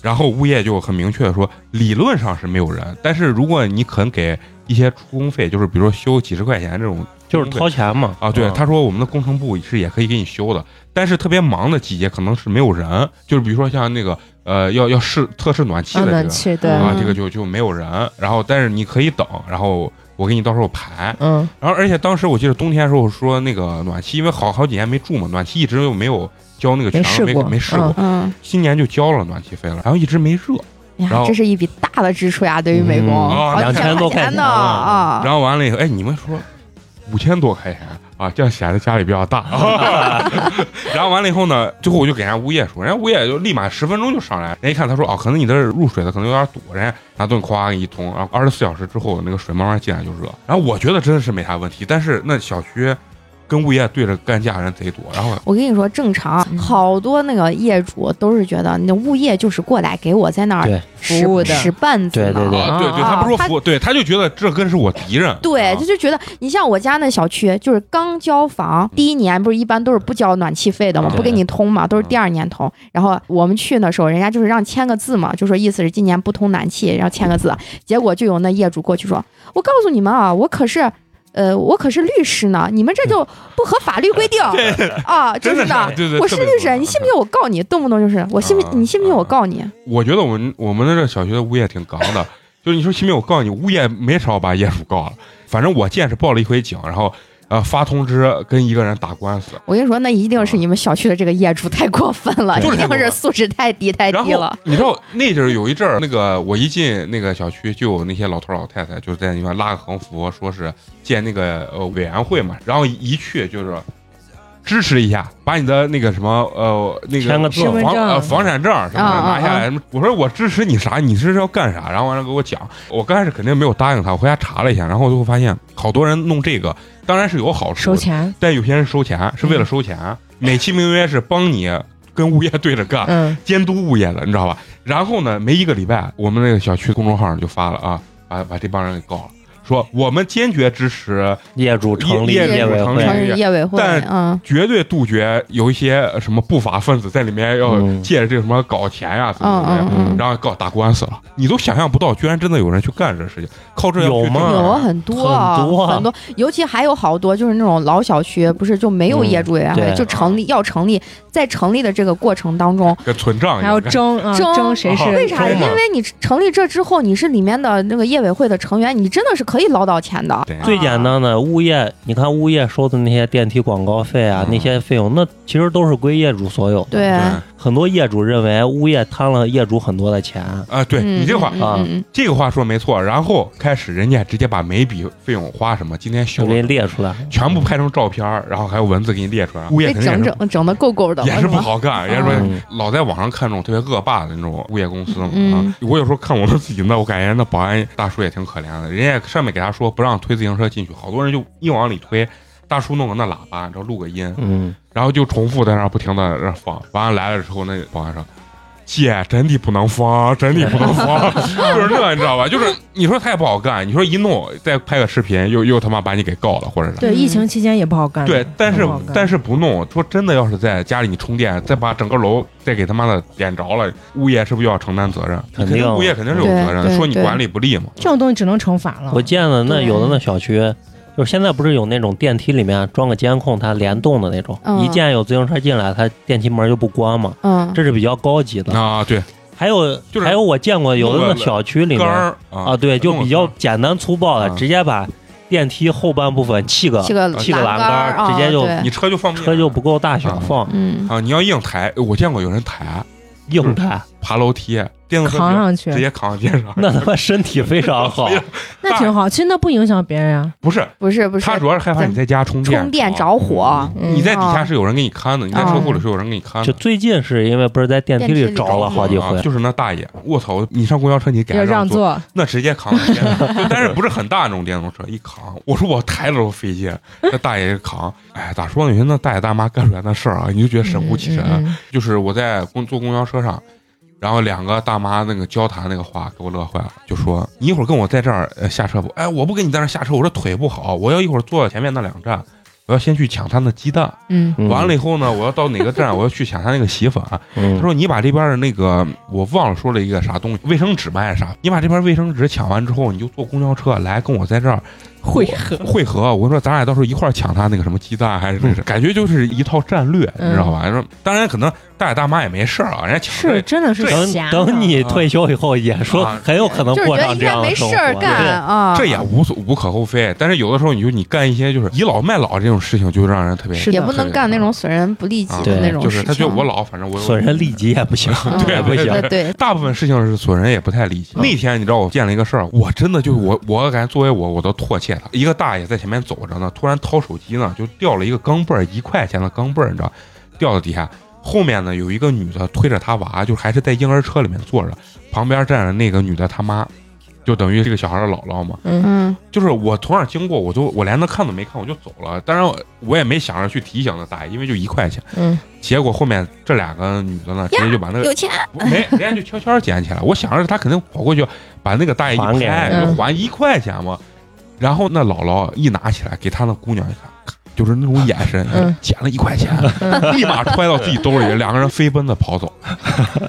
然后物业就很明确的说，理论上是没有人，但是如果你肯给一些出工费，就是比如说修几十块钱这种就是掏钱嘛。啊，对，嗯他说我们的工程部是也可以给你修的，但是特别忙的季节可能是没有人，就是比如说像那个呃要要试测试暖气啊的这暖个。气对，啊，嗯这个就就没有人。然后，但是你可以等，然后我给你到时候排。嗯，然后，而且当时我记得冬天的时候说那个暖气，因为好好几年没住嘛，暖气一直又没有交那个没权，试没过啊没试过，嗯，哎今年就交了暖气费了，然后一直没热。呀然后这是一笔大的支出呀，对于美工，嗯啊好几2000多块钱钱呢呢啊，然后完了以后，哎，你们说五千多块钱啊，这样显得家里比较 大。然后完了以后呢，最后我就给人家物业说，人家物业就立马十分钟就上来，人家一看他说哦，可能你这入水的可能有点堵，人家拿盾夸一通，然后二十四小时之后那个水慢慢进来就热。然后我觉得真的是没啥问题，但是那小区跟物业对着干架人贼多，然后我跟你说，正常嗯好多那个业主都是觉得，那物业就是过来给我在那儿对使服务的使绊子呢。对对对啊，对对，啊他不是说他服务，对，他就觉得这跟是我敌人，对啊他就觉得你像我家那小区，就是刚交房第一年，不是一般都是不交暖气费的嘛，对不给你通嘛，都是第二年通。然后我们去那时候，人家就是让签个字嘛，就说意思是今年不通暖气，然后签个字。啊结果就有那业主过去说：“我告诉你们啊，我可是。”呃，我可是律师呢，你们这就不合法律规定啊！真真的是的是，对对我特是别律多师，你信不信我告你？动不动就是我信不啊，你信不信我啊告你？我觉得我们我们的这小区的物业挺刚的， 就是你说秦明，我告诉你，物业没少把业主告了。反正我见是报了一回警，然后呃发通知跟一个人打官司，我跟你说，那一定是你们小区的这个业主太过分了，就是一太过定分是素质太低太然低后了。你知道那阵儿有一阵儿，那个我一进那个小区，就有那些老头儿老太太就是在那边拉个横幅，说是建那个呃委员会嘛，然后一去就是支持一下，把你的那个什么呃那签个个字身份房证呃房产证什么啊的啊拿下来。什么我说我支持你啥，你是要干啥？然后完了给我讲，我刚开始肯定没有答应他，我回家查了一下，然后就会发现好多人弄这个，当然是有好处收的，钱，但有些人收钱是为了收钱，美其名曰是帮你跟物业对着干。嗯，监督物业的，你知道吧？然后呢，没一个礼拜，我们那个小区公众号上就发了啊，把把这帮人给告了，说我们坚决支持，业主成立业业主委成会立，城市业委会，但嗯，绝对杜绝有一些什么不法分子在里面要嗯借着这个什么搞钱呀、怎么嗯怎么样。嗯嗯，然后告打官司了，你都想象不到，居然真的有人去干这事情，靠这要有去吗挣有钱很多很多啊很多，尤其还有好多就是那种老小区，不是就没有嗯业主委员会，对就成立要成立，在成立的这个过程当中，跟存账一还要样。争啊争争谁是为啥？对因嘛为你成立这之后，你是里面的那个业委会的成员，你真的是可以捞到钱的。对啊最简，单的物业，你看物业收的那些电梯广告费啊，嗯那些费用，那其实都是归业主所有的。对对很多业主认为物业贪了业主很多的钱，啊，对嗯你这个话，嗯啊嗯嗯这个话说没错。然后开始人家直接把每笔费用花什么，今天修就了给你列出来，全部拍成照片儿，然后还有文字给你列出来，物业被肯定也整是整整的够够的了，也是不吧。好干。人家嗯说老在网上看那种特别恶霸的那种物业公司嘛嗯啊，我有时候看我们自己那，我感觉那保安大叔也挺可怜的。人家上面给他说不让推自行车进去，好多人就硬往里推。大叔弄个那喇叭，然后录个音，嗯，然后就重复在那儿不停的那儿放。完了来了之后，那保安说：“姐，真的不能放，真的不能放。”就是那，你知道吧？就是你说他也不好干，你说一弄再拍个视频，又又他妈把你给告了，或者是对，疫情期间也不好干。对，但是不好干但是不弄，说真的，要是在家里你充电，再把整个楼再给他妈的点着了，物业是不是又要承担责任？肯定定物业肯定是有对责任对的，说你对管理不力嘛。这种东西只能惩啊罚了。我见了那对有的那小区，就是现在不是有那种电梯里面啊装个监控，它联动的那种，嗯一见有自行车进来，它电梯门就不关嘛，嗯，这是比较高级的。啊，对，还有就是还有，我见过有的弄那个小区里杆面儿啊啊，对，就比较简单粗暴的，啊直接把电梯后半部分砌个砌个砌个栏栏杆儿儿啊直接就对你车就放不进来车就不够大小啊放，嗯，啊，你要硬抬，我见过有人抬硬派，爬楼梯，电动车扛上直接直去，接扛上街上， 那他妈身体非常好哎。呀那挺好。其实那不影响别人啊。不是，不是不是，他主要是害怕你在家充电，充电啊着火，嗯嗯你在底下是有人给你看的，你在车库里是有人给你看就的。最近是因为不是在电梯电梯里里找了好几啊回，就是那大爷，我操！你上公交车你给他要让座，座，那直接扛上街上， 就但是不是很大那种电动车，一扛， 我说我抬着都费劲，那大爷扛，哎，咋说呢？有些那大爷大妈干出来那事儿啊，你就觉得神乎其神。嗯嗯嗯就是我在公坐公交车上，然后两个大妈那个交谈那个话给我乐坏了，就说你一会儿跟我在这儿呃下车不？哎，我不跟你在这儿下车，我这腿不好，我要一会儿坐前面那两站。我要先去抢他那鸡蛋，嗯嗯完了以后呢，我要到哪个站，我要去抢他那个洗粉，嗯他说：“你把这边的那个，我忘了说了一个啥东西，卫生纸卖啥？你把这边卫生纸抢完之后，你就坐公交车来跟我在这儿会合。汇合。我跟你说，咱俩到时候一块儿抢他那个什么鸡蛋，还嗯是那是，感觉就是一套战略，你知道吧？说当然可能大爷大妈也没事儿啊，人家抢是，着真的是等瞎的。等你退休以后，也说啊很有可嗯能就是觉过得上应这该样没的生事活。儿干啊，这也无所无可厚非。但是有的时候你就你干一些就是倚老卖老这种事情，就让人特别是也的不能干那种损人不利己啊，的那种就事是情。他觉得我老，反正我有损人利己也不行，嗯，对也不行。对对，大部分事情是损人也不太理解。嗯那天你知道我见了一个事儿，我真的就我我感觉作为我我都唾弃他。一个大爷在前面走着呢，突然掏手机呢，就掉了一个钢镚儿，一块钱的钢镚儿，你知道，掉到底下。后面呢有一个女的推着她娃，就还是在婴儿车里面坐着，旁边站着那个女的她妈，就等于这个小孩的姥姥嘛。嗯，嗯，就是我从那儿经过，我就我连那看都没看，我就走了。当然我我也没想着去提醒那大爷，因为就一块钱。嗯。结果后面这两个女的呢，直接就把那个有钱，我没，人家就悄悄捡起来。我想着他肯定跑过去把那个大爷一还给拍，人就还一块钱嘛。然后那姥姥一拿起来给他那姑娘一看，咔就是那种眼神嗯，捡了一块钱，立马揣到自己兜里，两个人飞奔的跑走。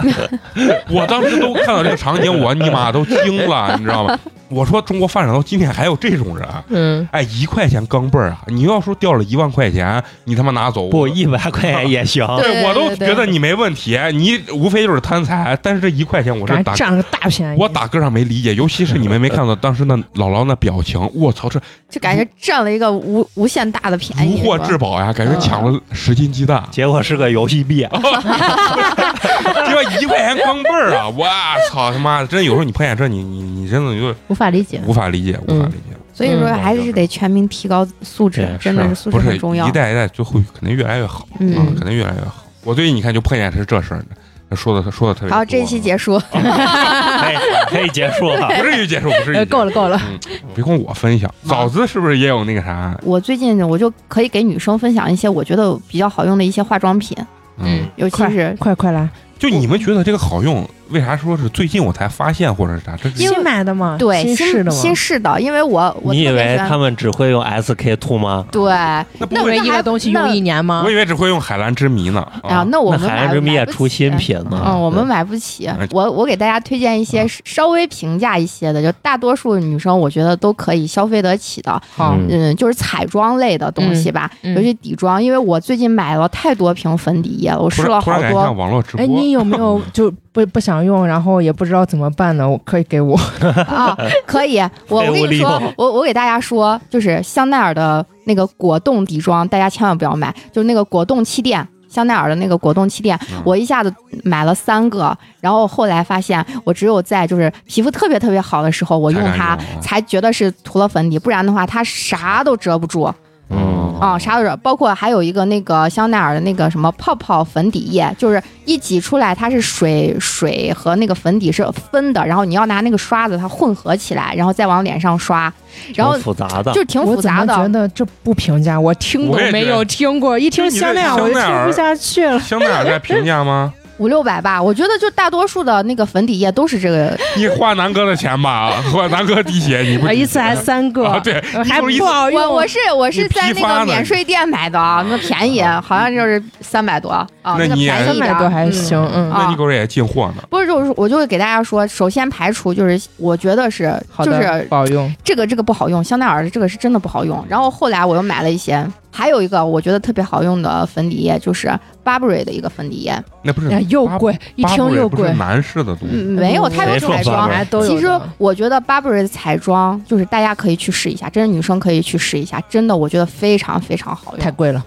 我当时都看到这个场景，我尼玛都惊了，你知道吗？我说中国发展到今天还有这种人，嗯，哎，一块钱钢镚儿啊！你要说掉了一万块钱，你他妈拿走不我一百块钱也行。对对我都对对觉得你没问题，你无非就是贪财，但是这一块钱我是咱打占了个大便宜。我打歌上没理解，尤其是你们没看到当时那姥姥那表情，我操，这就感觉占了一个无无限大的便如宜。获是至吧宝呀，感觉抢了十斤鸡蛋，结果是个游 戏币，结果一块钱钢镚儿啊！我操他妈的，真有时候你碰见这，你你你真的就无法理解。无法理解，嗯无法理解。啊所以说还是得全民提高素质，嗯真的是是素质不是很重要一。代一代就会肯定越来越好，嗯啊肯定越来越好。我最近你看就碰见是这事儿呢，说的说的特别多。啊好，这一期结束，可以哎可以结束了。不至于结束，不至于结呃，束。嗯够了够了，别光我分享，枣子是不是也有那个啥？我最近我就可以给女生分享一些我觉得比较好用的一些化妆品，嗯，尤其快是快快来，就你们觉得这个好用，为啥说是最近我才发现或者是啥？这是因为新买的嘛，对啊新试的嘛，新试的，因为我 我你以特别为喜欢他们只会用 SK two 吗？对那不因会为一还个东西用一年吗我？以为只会用海蓝之谜呢。啊，那我那们海买岸之谜买也不出起新品呢。嗯，我们对啊买不起哎。我我给大家推荐一些稍微平价一些的，就大多数女生我觉得都可以消费得起的。好嗯嗯，就是彩妆类的东西吧，嗯嗯尤其底妆，因为我最近买了太多瓶粉底液了，我突试然了突好然感觉像多。网络直播。哎，你有 没有就不不想用，然后也不知道怎么办呢？我可以给我，啊，可 以，我废我物跟利你说用，我我给大家说，就是香奈儿的那个果冻底妆，大家千万不要买，就是那个果冻气垫。香奈儿的那个果冻气垫嗯，我一下子买了三个，然后后来发现，我只有在就是皮肤特别特别好的时候，我用才敢它用啊才觉得是涂了粉底，不然的话它啥都遮不住哦嗯啊、啥都遮。包括还有一个那个香奈儿的那个什么泡泡粉底液，就是一挤出来它是水水和那个粉底是分的，然后你要拿那个刷子它混合起来，然后再往脸上刷，然后挺复杂的就，挺我复怎杂么的。觉得这不平价？我听都我也觉得没有听过，一听香奈儿我就听不下去了。香奈儿在评价吗？五六百吧，我觉得就大多数的那个粉底液都是这个，你花南哥的钱吧， 花南哥滴血，你不哎我一次还三个，啊？对，呃还一会儿一不好用。我我是我是你批在那发个的免税店买的，啊，那便宜，好像就是三百多啊，那个你也便三宜百点多儿还嗯行，嗯，那你狗日也进货呢。不是，就是我就会给大家说，首先排除就是，我觉得是好就的，是不好用。这个这个不好用，香奈儿的这个是真的不好用。然后后来我又买了一些，还有一个我觉得特别好用的粉底液，就是 Burberry 的一个粉底液，那不是哎，又巴贵，一巴听布瑞又不是贵。男士的东西。嗯，没有它有谁说彩妆 Burberry？。哎都有的。其实我觉得 Burberry 的彩妆就是大家可以去试一下，真的女生可以去试一下，真的我觉得非常非常好太用。贵了，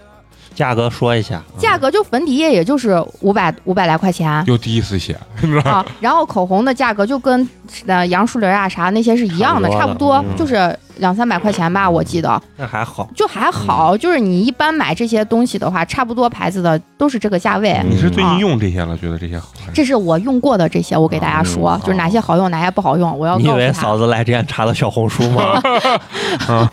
价格说一下，嗯价格就粉底液也就是五百五百来块钱，又第一次写，你知道吧？啊，然后口红的价格就跟呃杨树林啊啥那些是一样的，差差不不多多的嗯就是两三百块钱吧，我记得那还好。就还好。就是你一般买这些东西的话，差不多牌子的都是这个价位。啊你是最近用这些了，觉得这些好还是？这是我用过的这些，我给大家说，嗯就是哪些好用，哪些不好用，我要你以告诉为他。嫂子来之前查的小红书 吗？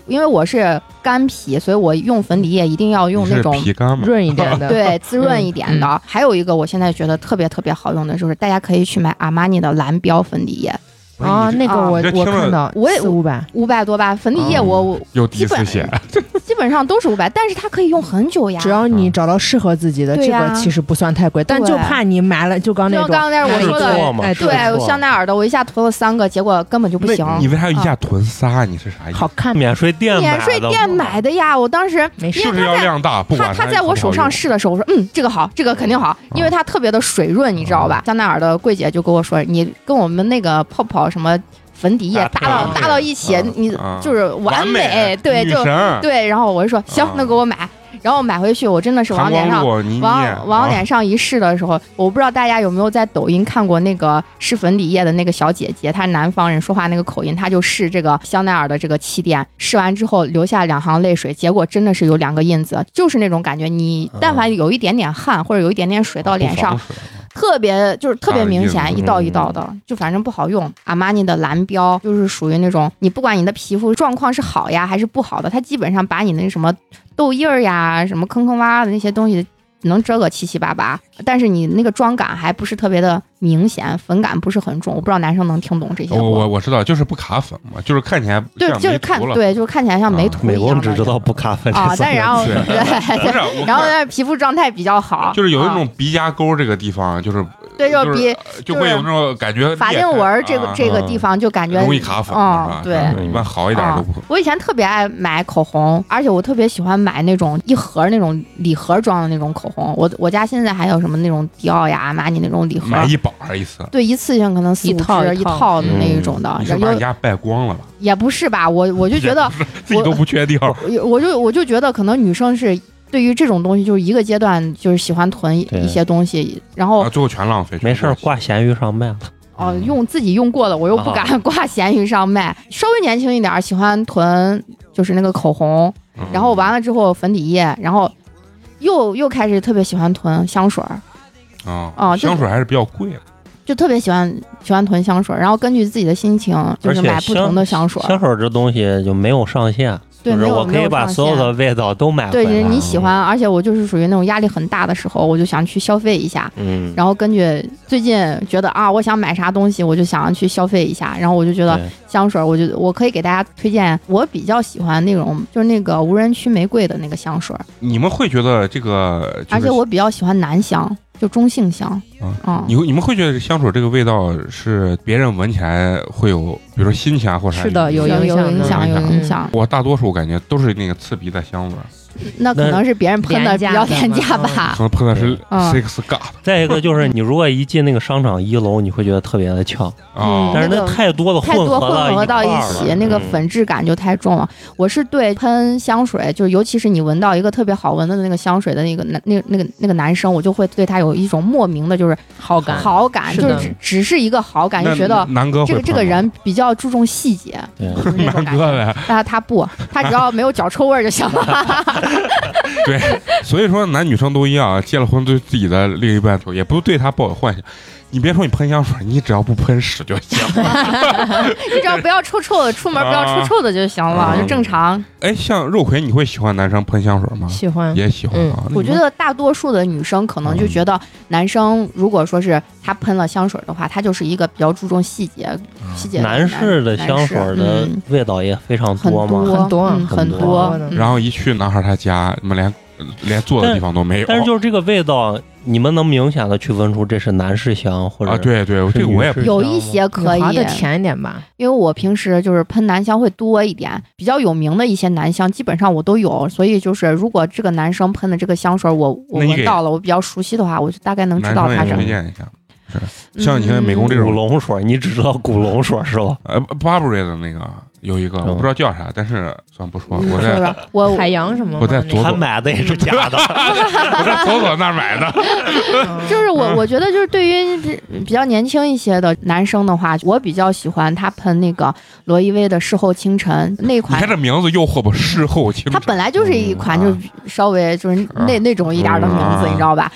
因为我是干皮，所以我用粉底液一定要用你那是种皮干嘛？润一点的。 对滋润一点的。还有一个我现在觉得特别特别好用的，就是大家可以去买阿玛尼的蓝标粉底液，不是啊，你这那个我你这听我着看到我也四五百，五百多吧，粉底液嗯我我又第一次写，基本上都是五百，但是它可以用很久呀。只要嗯你找到适合自己的，对这呀个其实不算太贵，但对就怕你买了就刚那就种，刚才我说哪里的多，嘛哎，是对吧没，错香奈儿的，我一下囤了三个，结果根本就不行。那你为啊啥一下囤仨？你是啥意思？好看，免税店买免的税店吗买的呀，我当时没事是不是要量大？不他管他它在我手上是试的时候，我说嗯，这个好，这个肯定好，啊因为它特别的水润，你知道吧？香奈儿的柜姐就跟我说，你跟我们那个泡泡什么粉底液搭搭到配搭到一起嗯，你嗯就是完美，对，女就神对。然后我就说行嗯，那给我买。然后买回去，我真的是往韩脸上光路，你往啊往脸上一试的时候，我不知道大家有没有在抖音看过那个试粉底液的那个小姐姐，她是南方人说话那个口音，她就试这个香奈儿的这个气垫，试完之后流下两行泪水，结果真的是有两个印子，就是那种感觉，你但凡有一点点汗或者有一点点水啊到脸上，，特别就是特别明大的嗯显，印子一道一道的，就反正不好用。阿玛尼的蓝标就是属于那种，你不管你的皮肤状况是好呀还是不好的，它基本上把你那什么痘印儿呀、什么坑坑洼洼的那些东西能遮个七七八八，但是你那个妆感还不是特别的明显，粉感不是很重。我不知道男生能听懂这些我哦我不？我知道，就是不卡粉嘛，就是看起来对，像就是没看涂了对，就是看起来像没啊涂一美样国人的只知道不卡粉啊，但然后字对，不是，我 然后看但是皮肤状态比较好，就是有一啊种鼻夹沟这个地方，就是对，就就是呃比就会有那种感觉裂开。法令纹儿这个啊这个地方就感觉容易卡粉，是吧嗯，对。啊一般好一点都不。我以前特别爱买口红，而且我特别喜欢买那种一盒那种礼盒装的那种口红。我我家现在还有什么那种迪奥呀、阿玛尼那种礼盒，买一板儿一次，对，一次性可能四一五套支一一套套的那一嗯种的，你是然把后人家败光了吧？也不是吧，我我就觉得，自己都不确定。我我就我就觉得可能女生是对于这种东西就是一个阶段就是喜欢囤对一些东西，然然后后啊最后全浪费，没事儿挂闲鱼上卖了。哦、用自己用过的我又啊不敢 挂闲鱼上卖，稍微年轻一点儿喜欢囤就是那个口红，嗯然后完了之后粉底液，然后又又开始特别喜欢囤香水儿，啊哦就是香水还是比较贵的，就特别喜欢喜欢囤香水儿，然后根据自己的心情就而是且买不同的香水儿，香水这东西就没有上限，对，就是没有我可没以有把上所有限的味道都买回对来。嗯你你喜欢，而且我就是属于那种压力很大的时候，我就想去消费一下。嗯，然后根据最近觉得啊，我想买啥东西，我就想去消费一下。然后我就觉得对香水儿，我就我可以给大家推荐，我比较喜欢那种就是那个无人区玫瑰的那个香水儿，你们会觉得这个，就是而且我比较喜欢男香，就中性香。啊嗯你会你们会觉得香水这个味道是别人闻起来会有，比如说新鲜啊或者啥是的有有有影响的影响，有嗯影响，我大多数感觉都是那个刺鼻的香味儿，那可那能是别人喷的比较廉廉价价的吧可。能喷的是嗯 Six God 再一个就是，你如果一进那个商场一楼，你会觉得特别的呛，啊嗯，但是那那个太多的太多合混合到一块儿起了，那个嗯粉质感就太重了。我是对喷香水，就是尤其是你闻到一个特别好闻的那个香水的那个男那那个那个男生，我就会对他有一种莫名的就是好感好感，是就的是只只是一个好感，那就觉得南哥会这个这个喷吗人比较注重细节，对就是那种 南感哥觉。呗， 但他不，他只要没有脚臭味儿就行了。 对，所以说男女生都一样，啊结了婚对自己的另一半也不对他抱有幻想。你别说你喷香水，你只要不喷屎就 行。你只要不要臭臭的，出门不要啊臭臭的就行了，嗯就正常。哎，像肉葵，你会喜欢男生喷香水吗？喜欢，也喜欢啊。那你嗯我觉们得大多数的女生可能就觉得，男生如果说是他喷了香水的话，他就是一个比较注重细啊节、细节的男士的香水的嗯味道也非常很多嘛，很很多嗯很多多的。嗯然后一去男孩他家，你们连连坐的地方都没有。但是就是这个味道，你们能明显的区分出这是男士香或者啊，对对，是这个我也不女士有香一吗些可以女孩，的甜一点吧，因为我平时就是喷男香会多一点，比较有名的一些男香基本上我都有，所以就是如果这个男生喷的这个香水我我那你给闻到了，我比较熟悉的话，我就大概能知男道生他也是推荐一下。是，像你看美工这古种，龙水，你只知道古龙水是吧？呃，Burberry 的那个有一个，我不知道叫啥，但是算不说，我嗯是 在吧？我海洋什么吗？我在那左个他买的也是假的，我在左左那儿买的。就是我，我觉得就是对于这比较年轻一些的男生的话，我比较喜欢他喷那个罗意威的事后清晨那你款看。这名字诱惑不？事后清它晨。本来就是一款嗯就是稍微就是那那种一点儿的名字，嗯你知道吧？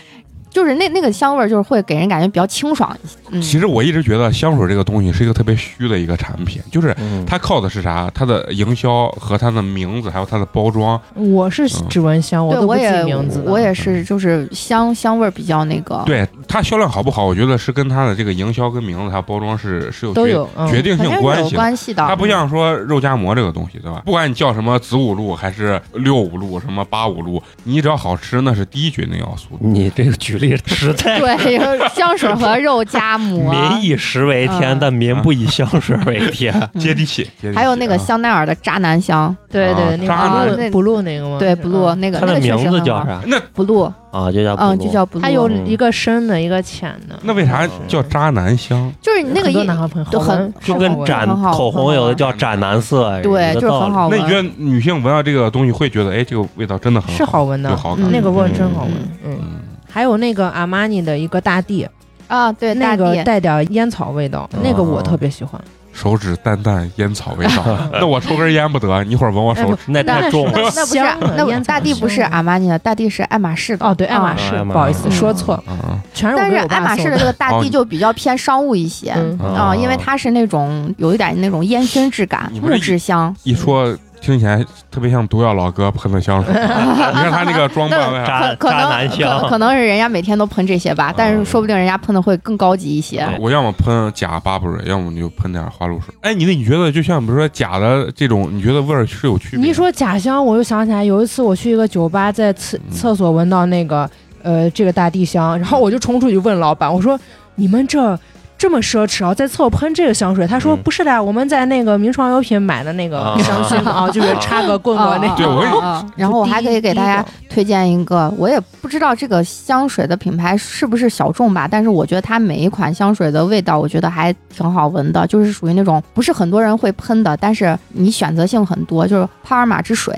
就是那那个香味儿，就是会给人感觉比较清爽一些。嗯，其实我一直觉得香水这个东西是一个特别虚的一个产品，就是嗯它靠的是啥？它的营销和它的名字，还有它的包装。我是嗯指纹香，对都不我记也名字的。我也是，就是香香味儿比较那个。对它销量好不好，我觉得是跟它的这个营销跟名字还有包装是是有都决有嗯决定肯定性是有系的。关系的，它不像说肉夹馍这个东西，对吧？不管你叫什么子午路还是六五路，什么八五路，你只要好吃，那是第一决定要素。你这个 举例实在对，就是香水和肉夹馍，民以食为天，嗯但民不以香水为天。 嗯接地气，接地气还有那个啊香奈儿的渣男香，对对，渣啊男那个 blue blue 那个吗？对是 blue 嗯那个它那的个确名实字很叫好啥 blue，啊？就叫嗯，就 Blue 叫 blue，它有嗯一个深的，一个浅的。那为啥叫渣男香？就是那个很多一男孩朋友就好很闻就好跟闻斩很好口红很好有的闻嗯叫斩男色，对，就是很好那闻。你觉得女性闻到这个东西会觉得，哎，这个味道真的很是好闻的有好感。嗯那个味儿真好闻嗯。嗯，嗯还有那个阿玛尼的一个大地，啊？对，那大个地带点烟草味道，那个我特别喜欢。手指淡淡烟草味道，那我抽根烟不得？你一会儿闻我手指，那太重那了。那不是香了那不烟草大地不是香了阿玛尼的，大地是爱马 仕的哦，对，爱马啊仕啊，不好意思，嗯说错，嗯，全是我但给是我爸爱马仕送的这个大哦地你就比较偏商务一些。嗯，啊，因为哦它是那种有一点那种烟熏质感你，不是木质香。一说听起来特别像毒药老哥喷的香水。你看他那个装扮哎外，渣可可渣能男可可香，能是人家每天都喷这些吧，但是嗯说不定人家喷的会更高级一些。我要么喷假巴布瑞，要么就喷点花露水。哎，你那你觉得就像比如说假的这种，你觉得味儿是有区别的？你一说假香，我又想起来有一次我去一个酒吧，在厕嗯厕所闻到那个呃这个大地香，然后我就冲出去问老板，我说你们这这么奢侈啊，在厕所喷这个香水？”他说：“嗯不是的，我们在那个名创优品买的那个啊香薰啊，就是插个棍啊棍那对个。我也啊然后我还可以给大家推荐一个，我也不知道这个香水的品牌是不是小众吧，但是我觉得它每一款香水的味道，我觉得还挺好闻的，就是属于那种不是很多人会喷的，但是你选择性很多，就是帕尔玛之水，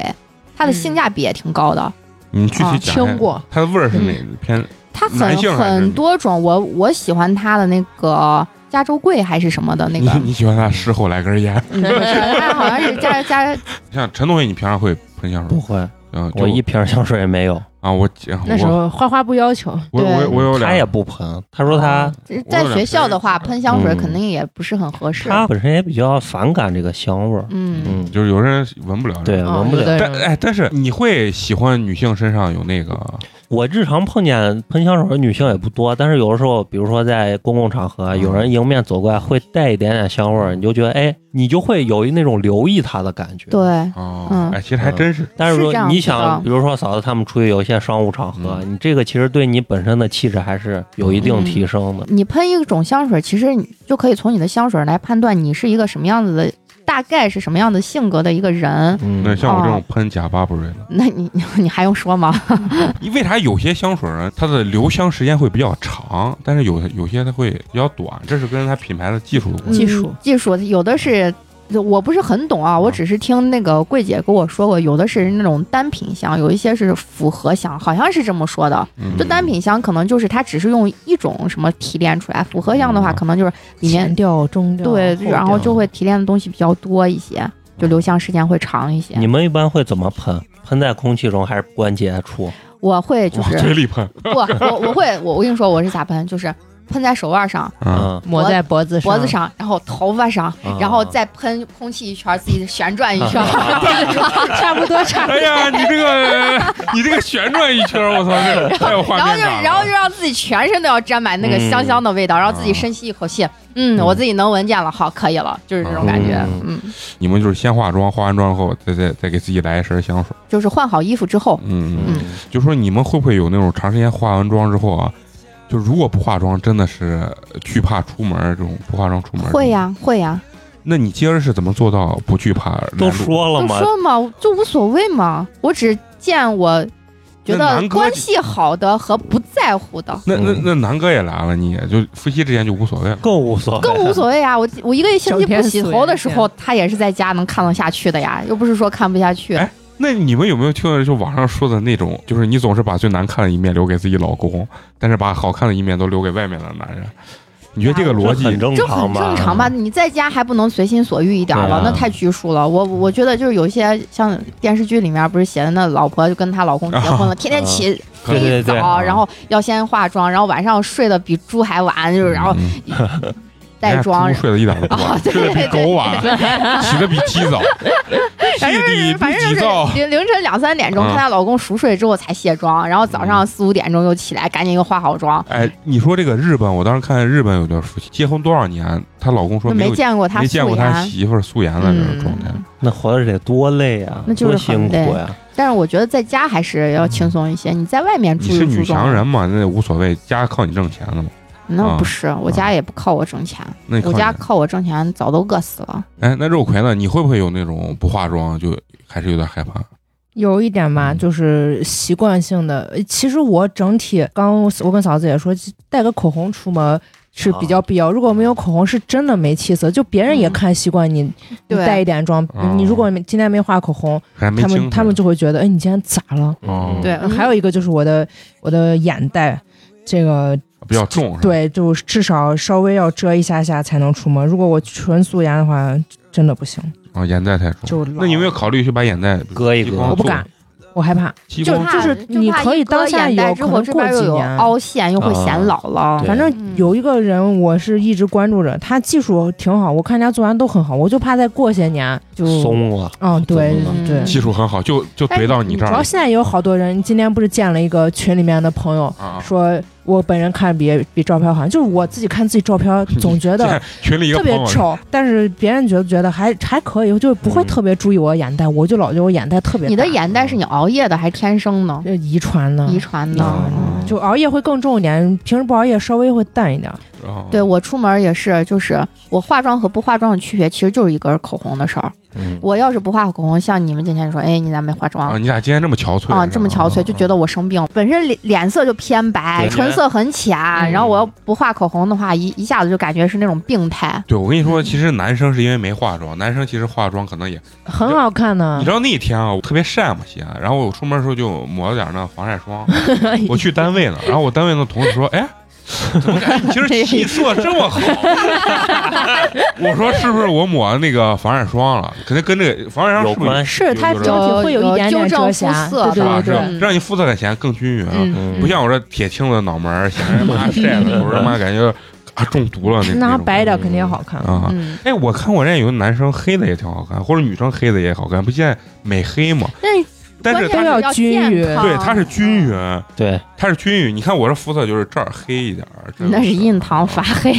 它的性价比也挺高的，你具体讲一啊听下，过，它的味儿是哪偏？它很男性还是很多种，我我喜欢它的那个加州桂还是什么的那你个， 你喜欢它事后来根烟？嗯它好像是加加像陈同学，你平常会喷香水不吗？会，嗯，就我一瓶香水也没有，啊，嗯我那时我候花花不要求，我 我我有他也两，不喷，他说他啊在学校的话喷香水嗯肯定也不是很合适，他本身也比较反感这个香味儿，嗯。嗯，就是有人闻不了。对，啊闻不有了。的但人哎，但是你会喜欢女性身上有那个我日常碰见喷香水的女性也不多，但是有的时候，比如说在公共场合，啊嗯有人迎面走过来，会带一点点香味儿，你就觉得哎，你就会有一那种留意他的感觉。。对，哦嗯，哎，其实还真是但是如是这果样你子的嗯想，比如说嫂子他们出去有一些商务场合，你这个其实对你本身的气质还是有一定提升的。你喷一种香水，其实你就可以从你的香水来判断你是一个什么样子的，大概是什么样的性格的一个人。嗯，那像我这种喷假巴布瑞的，那你 你还用说吗？你为啥有些香水呢？它的留香时间会比较长，但是有有些它会比较短，这是跟它品牌的技术有关。技术嗯技术有的是。我不是很懂啊，我只是听那个柜姐跟我说过，有的是那种单品香，有一些是复合香，好像是这么说的。嗯就单品香可能就是它只是用一种什么提炼出来，复合香的话嗯可能就是里面前调、中调，对，调然后就会提炼的东西比较多一些，就留香时间会长一些。你们一般会怎么喷？喷在空气中还是关节处？我会就往是嘴里喷不，我我会，我我跟你说，我是咋喷，就是喷在手腕上、啊，嗯，抹在脖子脖子上，然后头发上，啊然后再喷空气一圈儿，自己旋转一 圈儿， 差不多差不哎呀，你这个你这个旋转一圈儿，我操，这太有然 画后面就感了。嗯然后就让自己全身都要沾满那个香香的味道，然后自己啊深吸一口气，嗯，嗯我自己能闻见了，好，可以了，就是这种感觉，嗯，你们就是先化妆，化完妆后再再再给自己来一身香水。就是换好衣服之后，嗯，嗯嗯就说你们会不会有那种长时间化完妆之后啊，就如果不化妆，真的是惧怕出门儿这种不化妆出门。会。呀会呀，那你今儿是怎么做到不惧怕拦路？都说了嗯就嘛，说嘛，就无所谓嘛，我只见我觉那得南哥关就系好的和不在乎的。那那嗯那南哥也来了，你也就夫妻之间就无所谓了。更无所谓，更无所谓啊！我我一个星期整不天洗头的时候，他也是在家能看得下去的呀，又不是说看不下去。哎那你们有没有听到就网上说的那种，就是你总是把最难看的一面留给自己老公，但是把好看的一面都留给外面的男人？你觉得这个逻这辑很正这常很吧？正常吧？你在家还不能随心所欲一点了，对啊那太拘束了。我我觉得就是有一些像电视剧里面不是写的那老婆就跟她老公结婚 了，天天嗯起对对一对早，嗯然后要先化妆，然后晚上睡得比猪还晚，就是然后嗯带妆人家猪睡得一点都不晚， 啊对睡得比狗晚，起得比鸡早，起 反正得是反比正鸡早是。凌凌晨两三点钟，嗯看她老公熟睡之后才卸妆，然后早上四五点钟又起来，赶紧又化好妆。哎，你说这个日本，我当时看日本有对夫妻结婚多少年，她老公说那没有见过她没见过素颜他媳妇儿素颜的这种状态。嗯那活着得多累啊，那就是多辛很苦累呀、但是我觉得在家还是要轻松一些。你在外面住你是女注重强，人嘛，那无所谓，家靠你挣钱的嘛。那啊不是，我家也不靠我挣钱，那你靠我你家靠我挣钱早都饿死了。哎，那肉葵呢？你会不会有那种不化妆就还是有点害怕？有一点吧，嗯就是习惯性的。呃其实我整体刚我跟嫂子也说，带个口红出门是啊比较必要。如果没有口红，是真的没气色。就别人也看习惯你，你对带一点妆。嗯哦你如果没今天没画口红，还没他精们神他们就会觉得，哎，你今天咋了？哦对嗯还有一个就是我的我的眼袋，这个比较重，是吧，对，就至少稍微要遮一下下才能出门。如果我纯素颜的话，真的不行，啊，眼袋太重。就那那你有没有考虑去把眼袋割一激割光我不做敢，我害怕。激就光怕就是你可以当下眼袋有之可后能这过边又几有年凹陷，又啊会显老了。对啊反嗯正有一个人，我是一直关注着，他技术挺好，我看人家做完都很好，我就怕再过些年就。松了，嗯，对松了对。技术很好，就就怼到你这儿主要现在有好多人，今天不是见了一个群里面的朋友，啊，说我本人看比比照片好像，就是我自己看自己照片，总觉得啊 现在群里一个特别朋友丑，但是别人觉得觉得还还可以，就是不会嗯特别注意我眼袋，我就老觉得我眼袋特别大。你的眼袋是你熬夜的还是天生呢？这遗传呢？遗传遗的。嗯传呢，就熬夜会更重一点，平时不熬夜稍微会淡一点。啊对我出门也是，就是我化妆和不化妆的区别，其实就是一根口红的事儿。嗯我要是不画口红，像你们今天说，哎，你咋没化妆？啊，你俩今天这么憔悴啊，这么憔悴，就嗯觉得我生病，本身脸脸色就偏白，对唇色很浅，嗯然后我要不画口红的话，一一下子就感觉是那种病态。对，我跟你说，其实男生是因为没化妆，男生其实化妆可能也，很好看呢你知，道那天啊，我特别晒嘛，西安，啊然后我出门的时候就抹了点那防晒霜，我去单位了，然后我单位的同事说，哎。怎么感觉今儿气色这么好？ 我说是不是我抹那个防晒霜了？肯定跟这个防晒有霜是不是关系，是它有整体会一点点遮有瑕，纠正肤色对对吧？对是对吧嗯让你肤色感显更均匀啊，嗯，不像我这铁青的脑门儿，显着妈晒的，我说妈感觉啊中毒 了那拿那种白点肯定好看。啊。嗯，哎，我看我人家有的男生黑的也挺好看，或者女生黑的也好看，不现在美黑嘛？但是但是他关键是它要均健匀康对他是均匀，对，他是均匀。你看我这肤色就是这儿黑一点儿，这那是印堂发发，黑。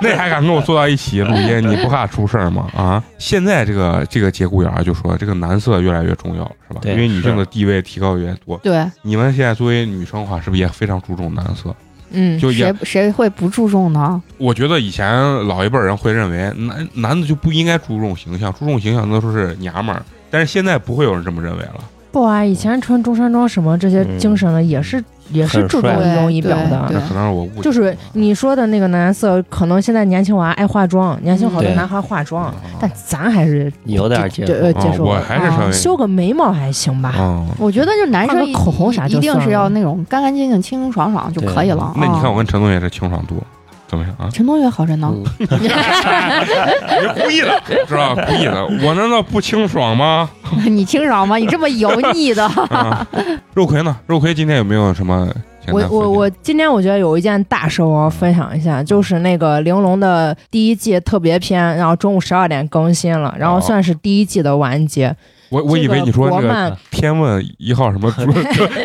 那还敢跟我坐到一起录音？你不怕出事儿吗？啊！现在这个这个节骨眼儿就说这个男色越来越重要了，是吧？对因为女性是的地位提高越来越多。对，你们现在作为女生的话，是不是也非常注重男色？嗯， 就也谁谁会不注重呢？我觉得以前老一辈儿人会认为男男的就不应该注重形象，注重形象那都是娘们儿。但是现在不会有人这么认为了。不啊，以前穿中山装什么这些嗯精神的也是也是很注重帅仪容仪表对那的，可能是我误解。啊就是你说的那个男色，可能现在年轻娃爱化妆，年轻好多对男孩化妆啊，但咱还是有点接对呃啊接受我不还是稍了，微修个眉毛还行吧，啊。我觉得就男生画个口红啥就一定算是了要那种干干净净、清清爽爽就可以了。那你看我啊？跟陈同学这清爽度怎么样啊陈同学好着呢，嗯你 是故意的，知 道吧故意的。我难道不清爽 吗？ 你清爽吗？你这么油腻的，啊，肉葵呢？肉葵今天有没有什么简单我分享？我我今天我觉得有一件大事我要分享一下，就是那个《玲珑》的第一季特别篇，然后中午十二点更新了，然后算是第一季的完结。我我以为你说这那个国个漫，天问一号什 么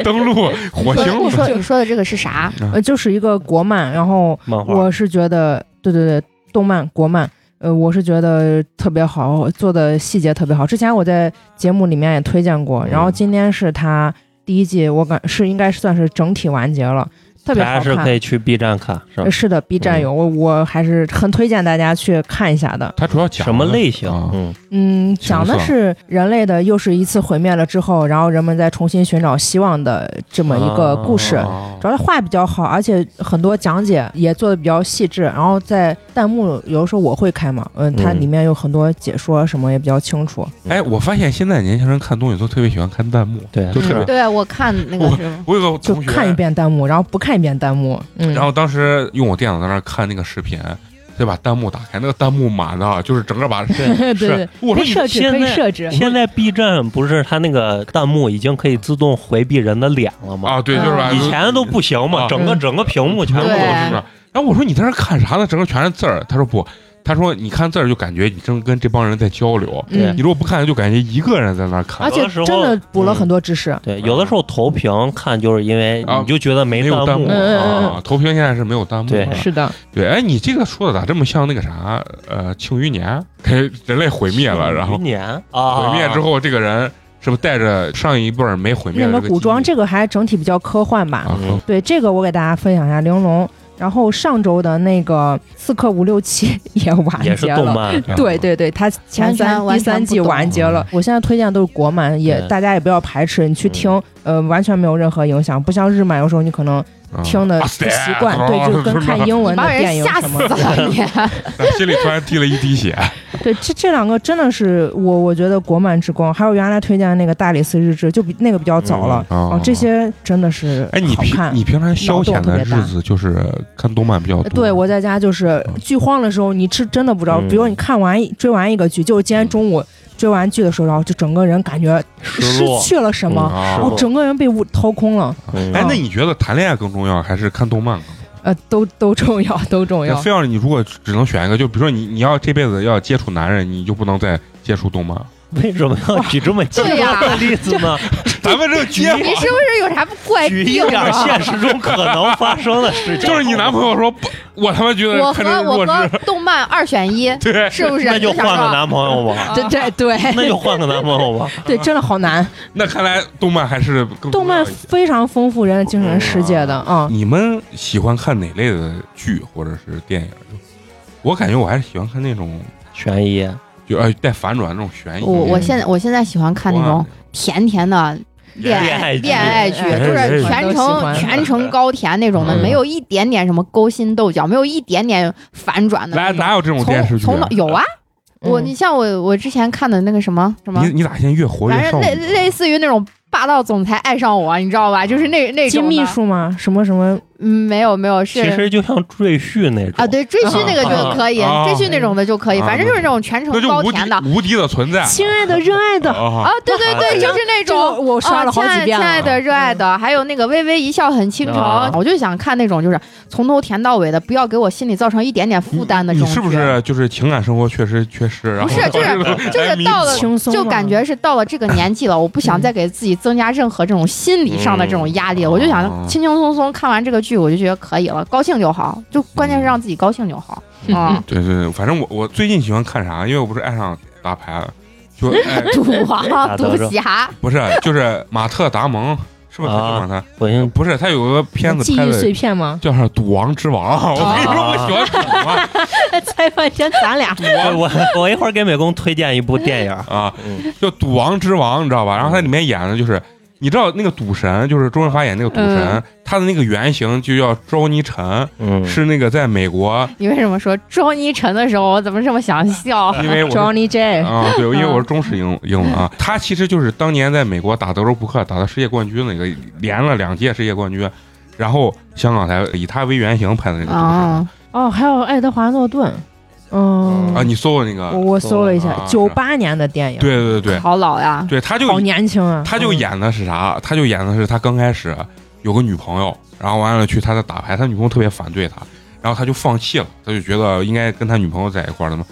登陆火你说你星了说你说的这个是啥？呃，就是一个国漫，然后漫画，我是觉得，对对对，动漫国漫，呃，我是觉得特别好，做的细节特别好。之前我在节目里面也推荐过，嗯然后今天是它第一季，我感是应该算是整体完结了，特别大好家是看可。以嗯去 B 站看，是吧呃？是的，B 站有我，我还是很推荐大家去看一下的。它主要讲什么的类型啊？嗯，嗯，讲的形象是人类的又是一次毁灭了之后，然后人们再重新寻找希望的这么一个故事。啊哦主要画比较好，而且很多讲解也做的比较细致。然后在弹幕有时候我会开嘛，嗯，它嗯里面有很多解说什么也比较清楚。哎，我发现现在年轻人看东西都特别喜欢看弹幕，对嗯就特别。嗯对我看那个是我有个就同学，看一遍弹幕，然后不看一遍弹幕，嗯，然后当时用我电脑在那儿看那个视频，就把弹幕打开，那个弹幕满的，就是整个把 对对是，我可说你以设置可现以在设置，现在 B 站不是它那个弹幕已经可以自动回避人的脸了吗？啊，对，嗯就是把以前都不行嘛，啊整个嗯整个屏幕全全部部都都是是这样。然后我说你在这儿看啥呢？整个全是字儿。他说不，他说你看字儿就感觉你正跟这帮人在交流，嗯你，如果不看就感觉一个人在那儿而看。且有的时候真的补了很多知识。对，有的时候投屏看就是因为啊你就觉得没没有弹幕幕嗯嗯嗯啊，投屏现在是没有弹幕对的。是的，对，哎，你这个说的咋这么像那个啥？呃，庆余年，哎人类毁灭了，然后一年啊，毁灭之后，这个人是不是带着上一辈儿没毁灭那的这个古装记忆这个还整体比较科幻吧，啊？嗯对这个我给大家分享一下《玲珑》，然后上周的那个《刺客伍六七》也完啊也是结动了。漫，嗯啊对对对，它前三完全第三季完结了。嗯我现在推荐都是国漫，也对大家也不要排斥，你去听，嗯呃，完全没有任何影响。不像日漫，有时候你可能啊哦听的不习惯，对，就跟看 英文把的电人影吓什死么的。了 你。心里突然滴了一滴血。对，这这两个真的是我我觉得国漫之光，还有原来推荐的那个《大理寺日志》，就比那个比较早了。嗯哦，这些真的是哎，你好平看。你平常消遣的脑洞日特子就是看动漫比较多。对，我在家就是剧荒的时候，你是真的不知道。嗯比如你看完一追完一个剧，就是今天中午追完剧的时候，然后就整个人感觉失失落。去了什么，哦啊是然后整个人被物掏空了。嗯哎，那你觉得谈恋爱更重要还是看动漫更重要？呃，都都重要， 都重那要。非要你如果只能选一个，就比如说你你要这辈子要接触男人，你就不能再接触动漫。为什么要举这么极端的例子呢？咱们这个 街你坊是不是有啥怪举一病点啊？现实中可能发生的事情，就是你男朋友说不，我他妈觉得我看和着弱我和智，动漫二选一，对，是 不是？啊那就换想个说男朋 友吧，对对对那就换个男朋友吧。对，真的好难。那看来动漫还是更动漫重要一些非常丰富人的精神世界的啊、你们喜欢看哪类的剧或者是电影？我感觉我还是喜欢看那种悬疑，就哎带反转那种悬疑。我我现在我现在喜欢看那种甜甜的恋恋爱爱剧恋爱剧，哎就是全都喜程欢全程高甜那种的，嗯没有一点点什么勾心斗角，没有一点点反转的来那种。哪有这种电视从剧啊？从有啊，嗯我你像我我之前看的那个什么什么你，你咋现在越活反越正少女类类似于那种霸道总裁爱上我，你知道吧？就是那那金种的秘书嘛，什么什么，嗯，没有没有其是。实就像赘婿那种啊，，对，赘婿那个就可以，啊赘婿那种的就可以，啊反正就是那种全程那就高无敌甜的无敌的存在亲爱的，热爱的，啊啊！对对对，就是那这种个我刷了好哦几遍啊亲爱亲爱了。嗯的、热爱的，还有那个微微一笑很倾城，啊我就想看那种就是从头甜到尾的，不要给我心里造成一点点负担的这你种剧。是不是就是情感生活确实缺失？然后不是就是是就是到了轻松嘛啊就感觉是到了这个年纪了，我不想再给自己增加任何这种心理上的这种压力，嗯我就想哦轻轻松松看完这个剧，我就觉得可以了，高兴就好，就嗯关键是让自己高兴就 好。嗯，对对对，反正我我最近喜欢看啥？因为我不是爱上打牌了， 就、哎、赌王、打赌德州侠，不是就是马特达蒙，是不是他叫马特？我已经不是，他有个片子记拍哎忆的碎片吗？叫啥《赌王之王》，啊 哦我跟你说，我喜欢赌王， 才发现咱俩赌王我我我一会儿给美工推荐一部 电影，啊，嗯，就《赌王之王》，你知道吧？然后它里面演的就是，你知道那个赌神，就是周润发演那个赌神嗯，他的那个原型就叫周尼臣，嗯是那个在美国，你为什么说庄一晨的时候，我怎么这么想 笑？因哎 为我是 Johnny J，、啊，对，因为我是中嗯式英英文啊，他其实就是当年在美国打德州扑克打到世界冠军那个，连了两届世界冠军，然后香港台以他为原型拍的那个故事啊，哦，还有爱德华诺顿，嗯，啊，你搜那我个，我搜了一下啊，是九八年的电影，对对对对好老呀！对，他就好年轻啊，他就嗯演的是啥？他就演的是他刚开始有个女朋友，然后完了去他的打牌，他女朋友特别反对他，然后他就放弃了，他就觉得应该跟他女朋友在一块儿的嘛。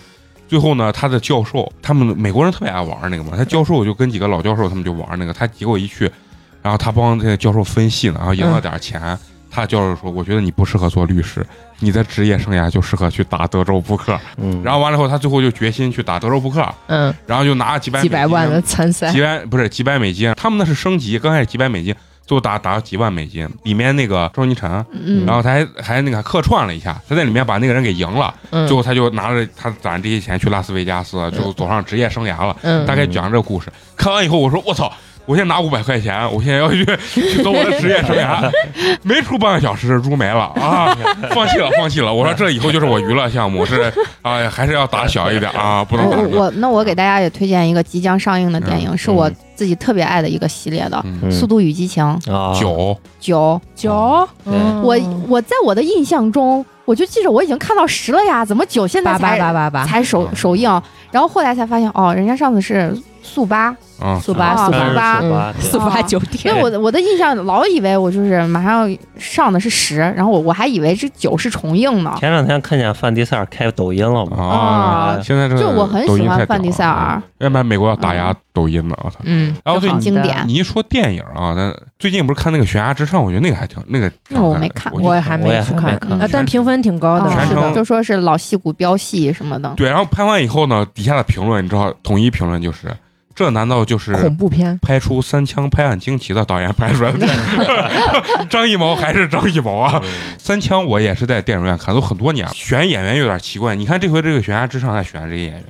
最后呢，他的教授，他们美国人特别爱玩那个嘛，他教授就跟几个老教授他们就玩那个，他结果一去，然后他帮这个教授分析呢，然后赢嗯了点钱。他教授说：“我觉得你不适合做律师，你的职业生涯就适合去打德州扑克。”嗯，然后后完了以后，他最后就决心去打德州扑克，嗯然后就拿几百几美百金万的参赛，几万不是几百美金，啊他们那是升级，刚开始几百美金，最后打打到几万美金。里面那个周尼晨，嗯然，后他还还那个客串了一下，他在里面把那个人给赢了，嗯最后他就拿着他攒这些钱去拉斯维加斯，就走上职业生涯了。嗯大概讲这个故事，看完以后我说我操。我先拿五百块钱，我现在要去去走我的职业生涯，没出半个小时，猪没了啊！放弃了，放弃了。我说这以后就是我娱乐项目，是啊，还是要打小一点啊，不能打我这个。我那我给大家也推荐一个即将上映的电影，是我自己特别爱的一个系列的嗯《速度与激情》啊，九，九。九，对嗯我我在我的印象中，我就记着我已经看到十了呀，怎么九现在八八才八八八，才首嗯首映？然后后来才发现，哦，人家上次是速八，啊，速啊八速速八八嗯 速八九点，因为我的我的印象老以为我就是马上要上的是十，然后我我还以为这九是重映呢。前两天看见范迪塞尔开抖音了嘛，嗯哎啊，啊，现在这就我很抖音喜欢太范迪屌塞了尔，要不然美国要打压抖音了，我操！嗯，然后对很你经典。你一说电影啊，那最近不是看那个《悬崖之上》，我觉得那个还挺那个挺那好哦看我没的看就 我还没我也去还没看，看啊但评分挺高的，啊全是程的，就说是老戏骨飙戏什么的。对，然后拍完以后呢，底下的评论你知道，统一评论就是：这难道就是恐怖片，拍出《三枪拍案惊奇》的导演拍出来 的电影？张艺谋还是张艺谋啊！三枪我也是在电影院看，都很多年了。选演员有点奇怪，你看这回这个《悬崖之上》在选这些演员，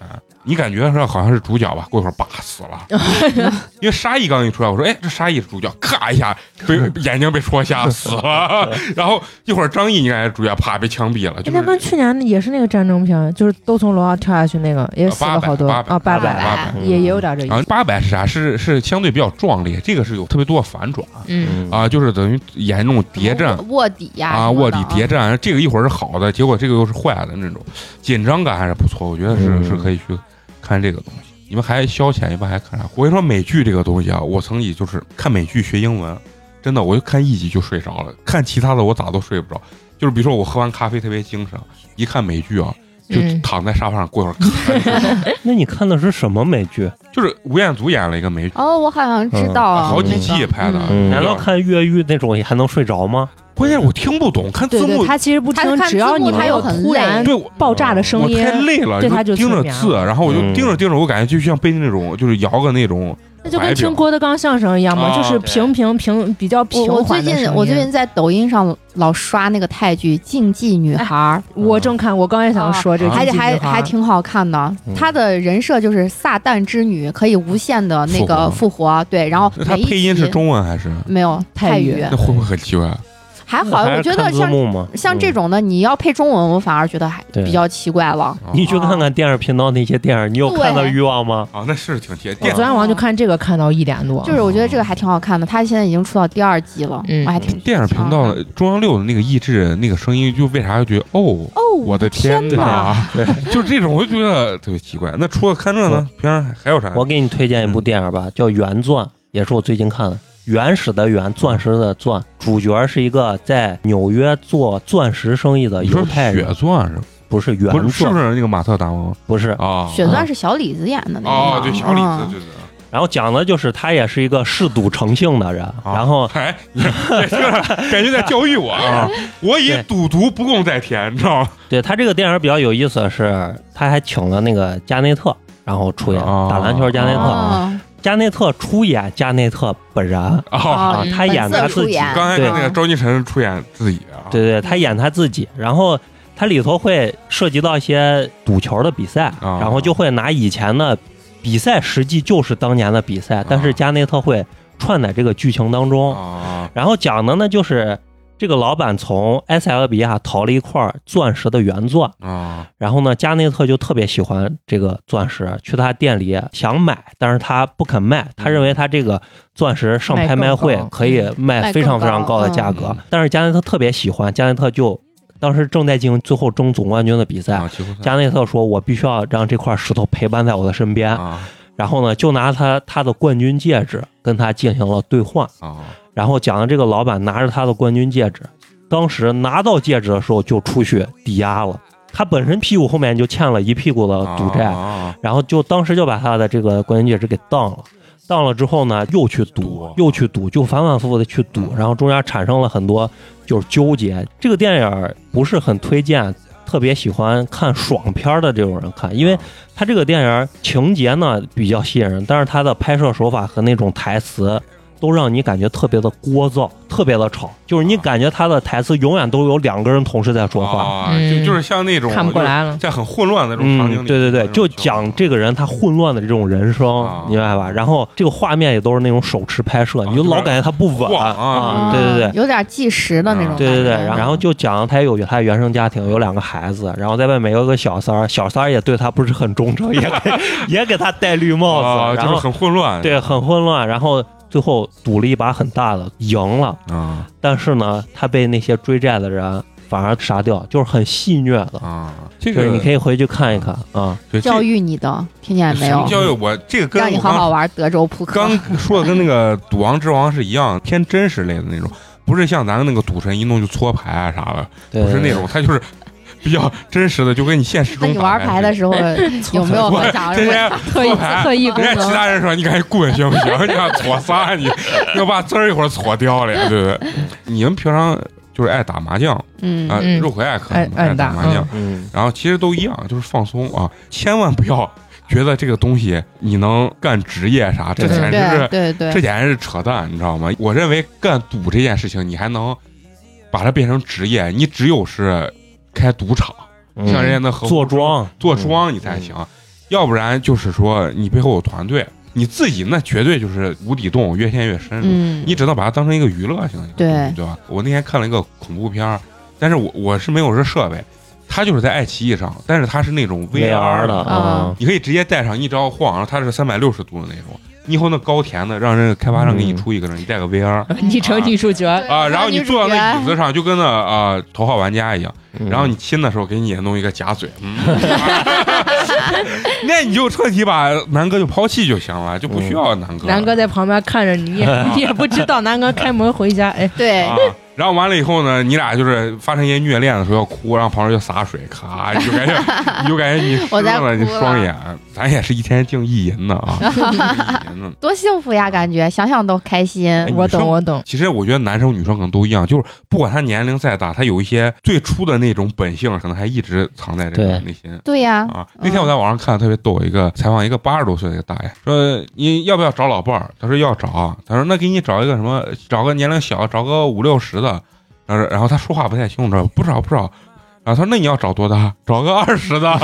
你感觉是好像是主角吧？过一会儿叭死了， 因为沙溢刚一出来，我说哎，这沙溢是主角，咔一下被眼睛被戳瞎死 了，然后一会儿张译应该是主角，啪被枪毙了，哎就那跟是去年也是那个战争片，就是都从楼上跳下去那个，也死呃八了百好多八百啊，八八百百。也也有点这意然后思，啊八百是啥？是是相对比较壮烈，这个是有特别多的反转嗯，嗯啊，就是等于演那种谍战卧卧底呀啊，什么卧的底谍战，这个一会儿是好的，结果这个又是坏的那种，紧张感还是不错，我觉得是、嗯是可以去看这个东西。你们还消遣，一般还看啥？我跟你说，美剧这个东西啊，我曾经就是看美剧学英文，真的，我就看一集就睡着了，看其他的我咋都睡不着。就是比如说我喝完咖啡特别精神，一看美剧啊，就嗯躺在沙发上，过一会儿 咔，哎那你看的是什么美剧？就是吴彦祖演了一个美剧，哦，我好像知道啊啊，好几那个季拍的，嗯难道看越狱那种也还能睡着吗？关键是我听不懂，看对字幕对，，他其实不他听，看只字幕要你他没又有很突累然对我爆炸的我声音太，累了，对他就盯着催眠字，然后我就嗯盯着盯着，我感觉就像被那种就是摇个那种那就怀跟表听郭德纲相声一样嘛，啊就是平平平比较平我我最缓的声近音我最近在抖音上老刷那个泰剧《竞技女孩》，我正看，我刚也想哦说这啊个，还还还挺好看的嗯。她的人设就是撒旦之女，可以无限的那个复复活。对，然后那他每一配音集是中文还是？没有泰泰语语那，会不会很奇怪？还好，还我是觉得看字像幕嘛，像嗯这种的，你要配中文，我反而觉得还对比较奇怪啊了。哦你去看看电视频道那些电影，你有看到对欲望吗？啊，那是挺贴我电昨天晚上就看这个，看到一点多，就是我觉得这个还挺好看的，她现在已经出到第二季了，嗯我 还挺电影频道的中央六的那个意志那个声音，就为啥就觉得哦，哦，我的天哪！呐， 就这种我就觉得特别奇怪。那除了看这呢，平常还有啥？我给你推荐一部电影嗯吧，叫《原钻》，也是我最近看的。原始的原，钻石的钻，主角是一个在纽约做钻石生意的你说犹太血人，钻是吧不是原不是是不钻，是那个马特达蒙不是。啊？血钻是小李子演的那个哦，对，小李嗯子，对对对。然后讲的就是他也是一个嗜赌成性的人，啊然后哎， 感觉在教育我 啊！我以对赌徒不共戴天，你知道吗？对他这个电影比较有意思的是，他还请了那个加内特，然后出演、哦打篮球加内特，哦加内特出演加内特本人，啊，哦他演他本色自出己，演刚才对看那个周星驰出演自己啊，对对，他演他自己，然后他里头会涉及到一些赌球的比赛，啊然后就会拿以前的比赛实际就是当年的比赛，但是加内特会串在这个剧情当中，啊，然后讲的呢就是这个老板从埃塞俄比亚淘了一块钻石的原钻，啊然后呢加内特就特别喜欢这个钻石，去他店里想买，但是他不肯卖，他认为他这个钻石上拍卖会卖更高可以卖卖非更常高非常高的价格，嗯但是加内特特别喜欢，加内特就当时正在进行最后争总冠军的比赛。啊，几乎加内特说：“我必须要让这块石头陪伴在我的身边。啊然后呢，就拿他他的冠军戒指跟他进行了兑换。啊，然后讲的这个老板拿着他的冠军戒指，当时拿到戒指的时候就出去抵押了，他本身屁股后面就欠了一屁股的赌债，啊然后就当时就把他的这个冠军戒指给当了。当了之后呢，又去赌嗯赌，又去赌，就反反复复的去赌，然后中间产生了很多就是纠结。这个电影儿不是很推荐，特别喜欢看爽片儿的这种人看，啊因为它这个电影儿情节呢比较吸引人，但是它的拍摄手法和那种台词都让你感觉特别的聒噪，特别的吵，就是你啊感觉他的台词永远都有两个人同时在说话。啊，嗯就就是像那种看不过，来了就。是在很混乱的那种场景嗯，里，对对对，就讲这个个人他混乱的这种人啊生，明白吧？然后这个画面也都是那种手持拍摄，啊你就就是老感觉他不稳晃啊啊，对对对。嗯有点计时的那种嗯感对觉，对对，然后就讲他有他原生家庭，有两个孩子，然后在外面有一个小三儿，小三儿也对他不是很忠诚，也 给也给他戴绿帽啊，子，就然是后很混乱，对很混乱，然后最后赌了一把很大的，赢了，啊但是呢，他被那些追债的人反而杀掉，就是很戏谑的，啊，这就个是你可以回去看一看啊，对这教育你的，听见没什么有？教育我这个跟让你我好刚好玩德州扑克。刚说的跟那个《赌王之王》是一样，偏真实类的那种，不是像咱们那个赌神一弄就搓牌啊啥的，对不是那种，他就是比较真实的，就跟你现实那中你玩牌的时时候有没 有幻想候，人什么家特异搓牌特异功 人家其能，他人说你赶紧滚行不行？你要搓仨，你要把滋儿一会儿搓掉了，对不对？你们平常就是爱打麻将嗯啊，嗯肉葵爱可爱能爱爱打打麻将，嗯。然后其实都一样，就是放松啊，千万不要觉得这个东西你能干职业啥，这对简直是对对对这，简直是扯淡，你知道吗？我认为干赌这件事情，你还能把它变成职业，你只有是开赌场，嗯像人家那合伙坐庄，做庄你才行，要不然就是说你背后有团队，你自己那绝对就是无底洞，越陷越深。嗯你，只能把它当成一个娱乐性的，对对吧？我那天看了一个恐怖片儿，但是我我是没有这设备，它就是在爱奇艺上，但是它是那种 VR 的的啊，你可以直接带上一招晃，然后它是三百六十度的那种。你以后那高甜的，让人家开发商给你出一个人，你带个 VR 你成女主角，哎啊，然后你坐到那椅子上，就跟那啊、呃头号玩家一样。嗯嗯然后你亲的时候，给你也弄一个假嘴，嗯那你就彻底把南哥就抛弃就行了，就不啊需要南哥了。啊 南哥在旁边看着你，你也不知道南哥开门回家，哎，对啊，然后完了以后呢，你俩就是发生一些虐恋的时候要哭，然后旁边就洒水，咔，你就感觉你就感觉你湿我在了你哭了双眼，咱也是一天净意淫的啊，意淫的。多幸福呀！感觉想想都开心哎。我女生等我等，其实我觉得男生女生可能都一样，就是不管他年龄再大，他有一些最初的那种本性，可能还一直藏在这个对内心。对呀，啊！那天我在网上看特别逗，一个采访一个八十多岁的一个大爷，说你要不要找老伴儿？他说要找，他说那给你找一个什么，找个年龄小，找个五六十的。然后然后他说话不太清楚，不找不找。然后他说那你要找多大？找个二十的。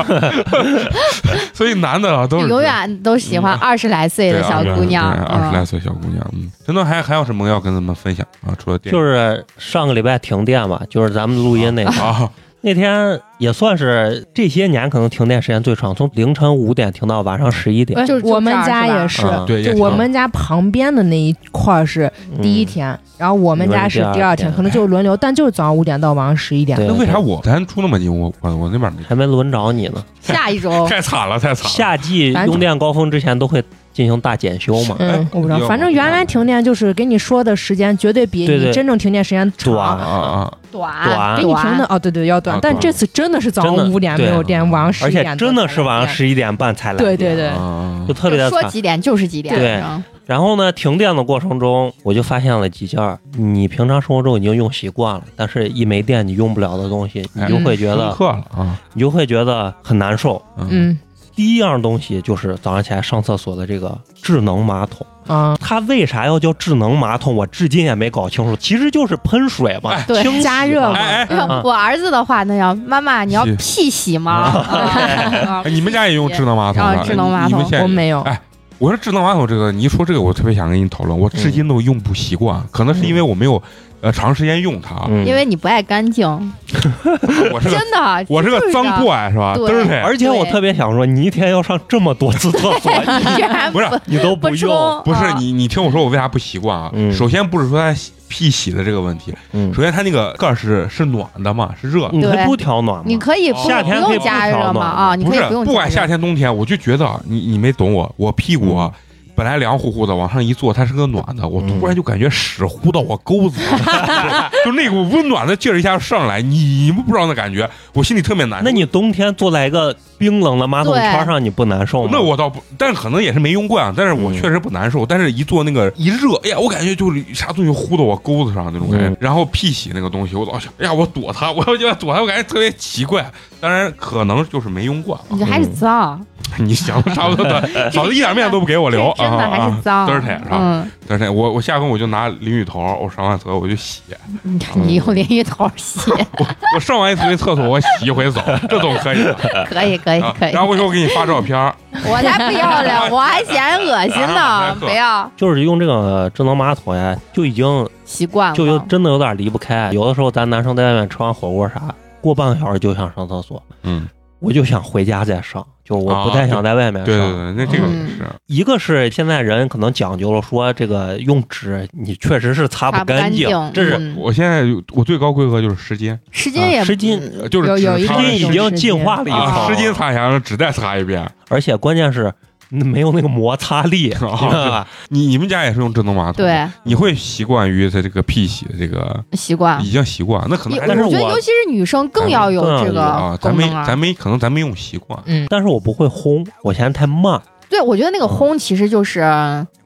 所以男的啊都是嗯永远都喜欢二十来岁的小姑娘。啊二十来嗯，岁小姑娘，嗯，真的还还有什么要跟咱们分享啊？除了电嗯就影是上个礼拜停电嘛，就是咱们录音那天，啊，那天也算是这些年可能停电时间最长，从凌晨五点停到晚上十一点。哎就是我们就这样家是吧也是，嗯对，也就挺我们家旁边的那一块儿是嗯第一天，然后我们家是你们是第第二二天，天可能就是轮流，但就是早上五点到晚上十一点。对那为啥我咱出那么近，我我我那边没？还没轮着你呢？下 一周太惨了，太惨了！夏季用电高峰之前都会进行大检修嘛，哎嗯，我不知道要，反正不原来停电就是给你说的时间，绝对比对对你真正停电时间啊长。啊啊！短短给你停的哦，对对，要短啊，但短这次真的是早真上的五点没对有电，晚上十而一点且真的是晚上十，十一点半才来对电，对对，啊就特别就的说惨。几点就是几点。对嗯然后呢，停电的过程中，我就发现了几件儿你平常生活中已经用习惯了，但是一没电你用不了的东西，你嗯哎就会觉上得课了啊， 你就会觉得很难受。嗯第一样东西就是早上起来上厕所的这个智能马桶，啊，它为啥要叫智能马桶？我至今也没搞清楚，其实就是喷水嘛，哎对清洗嘛加热嘛哎哎嗯我儿子的话，那要妈妈，你要是屁洗吗？ 啊哎，你们家也用智能马桶啊了？智能马桶你们现在我没有哎。我说智能马桶这个，你一说这个，我特别想跟你讨论，我至今都用不习惯，可能是因为我没有呃长时间用它啊。嗯因为你不爱干净， 我是个真的。我是个脏货， boy 是吧？对嘚儿嘞，而且我对特别想说，你一天要上这么多次厕所， 你居然不是你 都不冲用，不是啊你，你听我说，我为啥不习惯啊？嗯首先不是说它洗屁洗的这个问题，嗯首先它那个盖儿是是暖的嘛，是热的。你可对以不调暖啊你嘛，可以不夏天不可以用不加调热嘛暖啊，你不可以是不用，不管加夏热。天冬天，我就觉得你你没懂我，我屁股嗯啊本来凉乎乎的，往上一坐，它是个暖的，我嗯突然就感觉屎呼到我沟子了， 就那股温暖的劲儿一下上来，你你们不知道那感觉，我心里特别难受。那你冬天坐在一个冰冷的马桶圈上，你不难受吗？那我倒不，但可能也是没用惯，啊但是我嗯确实不难受。但是一坐那个一热，哎呀，我感觉就是啥东西呼到我沟子上那种感觉。嗯然后屁洗那个东西，我老想，哎呀，我躲它，我要躲它，我感觉特别奇怪。当然，可能就是没用惯。你还是脏， 你想的差不多的， 嫂子一点面都不给我留这啊真的还啊是！脏。嘚儿舔是吧？嗯，嘚儿舔，我我下回我就拿淋浴头，我上完厕所我就洗，你嗯你用淋浴头 洗，我上完一回厕所我洗一回澡，这总可以吧？可以可以啊哎可以然。后我一会儿我给你发照片儿，我才不要嘞，我还嫌恶心呢，不要就是用这个智能马桶呀，就已经习惯就有了。真的有点离不开。有的时候咱男生在外面吃完火锅啥，过半个小时就想上厕所， 嗯，我就想回家再上，就是我啊不太想在外面上。对对对，那这个嗯也是，一个是现在人可能讲究了，说这个用纸你确实是擦擦不不干干净，这是嗯我现在有我最高规格就是十斤，湿巾也啊湿巾嗯呃就是有有只一擦种已这种经进化了一啊，层，湿巾擦一下，只再擦一遍。而且关键是嗯没有那个摩擦力，你 知啊道吧？你你们家也是用智能马桶？，对你会习惯于它这个屁洗的这个，习惯已。经习惯，那可能也还嗯但是啊我觉得，我嗯尤其是女生更要有更要这有个啊，咱功没能啊。咱没可能咱没用习惯。但是我不会烘，我嫌太慢，对，我觉得那个烘其实就是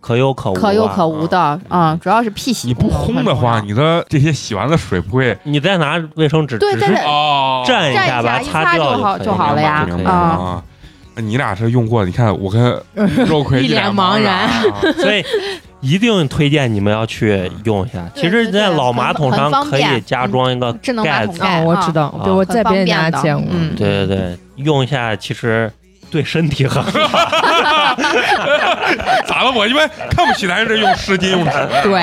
可有可无、可有可无。嗯啊的，嗯，主要是屁洗你不烘功能很的重话，要你的这些洗完的水不会你再拿卫生纸，对只真是的哦蘸一下下把它一擦掉就好可以就好了呀明明白明白白啊啊。那你俩是用过，你看我跟肉葵一脸茫茫然啊。 所以一定推荐你们要去用一下。对其实，在老马桶上很方可便以加装一个智能马盖桶子，盖，啊哦，我知道，对我很在别方人家便的见过，嗯对对对，用一下其实对身体很好。 咋了？我一般看不起咱这用湿巾用纸的，对，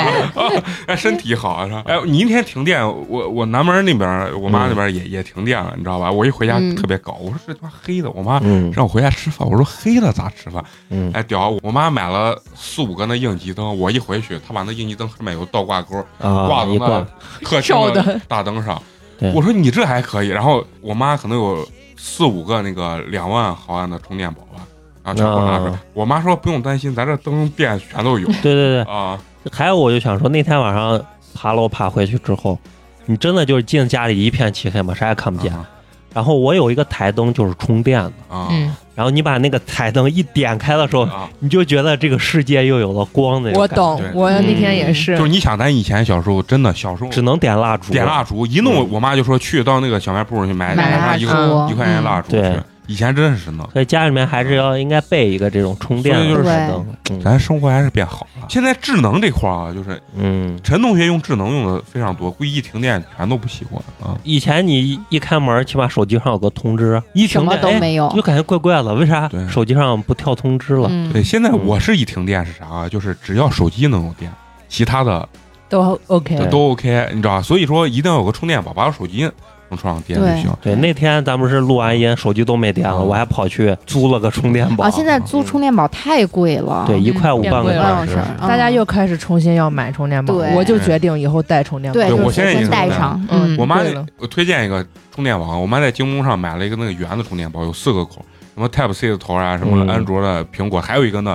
哎，身体好啊！是吧哎，你那天停电，我我南门那边儿，我妈那边儿也、也停电了，你知道吧？我一回家嗯特别搞，我说这他妈黑的，我妈嗯让我回家吃饭，我说黑了咋吃饭？ 嗯，哎，屌！我妈买了四五个那应急灯，我一回去，她把那应急灯上面有倒挂钩，挂啊，到一那挂客厅照的的大灯上对。我说你这还可以。然后我妈可能有四五个那个两万毫安的充电宝吧，然后全部拿出来啊。我妈说不用担心，咱这灯电全都有 对对对，啊。还有我就想说，那天晚上爬楼爬回去之后，你真的就是进家里一片漆黑嘛，啥也看不见。啊然后我有一个台灯就是充电的，啊嗯，然后你把那个台灯一点开的时候，啊！你就觉得这个世界又有了光那种我感觉懂对，我那天也就是嗯是，你想，咱以前小时候真的小时候只能点蜡烛，点蜡烛，一弄嗯我妈就说去到那个小卖部去买买拿蜡一烛块一块钱蜡烛对去。以前真是呢，所以家里面还是要应该备一个这种充电所以就的是台灯。嗯咱生活还是变好了。现在智能这块儿啊，就是嗯，陈同学用智能用的非常多，估计一停电全都不习惯啊。以前你一一开门，起码手机上有个通知，一什停么电都哎没有。就感觉怪怪的，为啥对手机上不跳通知了？嗯对，，现在我是一停电是啥啊？就是只要手机能有电，其他的都 OK，嗯对都 OK，你知道吧？所以说一定要有个充电宝，把手机能充上电就行。嗯对，那天咱们是录完音，手机都没电了，嗯我还跑去租了个充电宝。啊，现在租充电宝太贵了，对，一块五变半个贵了小嗯，时是。大家又开始重新要买充电宝，对我就决定以后带充电宝。对，对就我是现在也先是带这样上，嗯，嗯我妈对了我推荐一个充电宝，我妈在京东上买了一个那个圆的充电宝，有四个口，什么 Type C 的头啊，什么嗯安卓的、苹果，还有一个呢，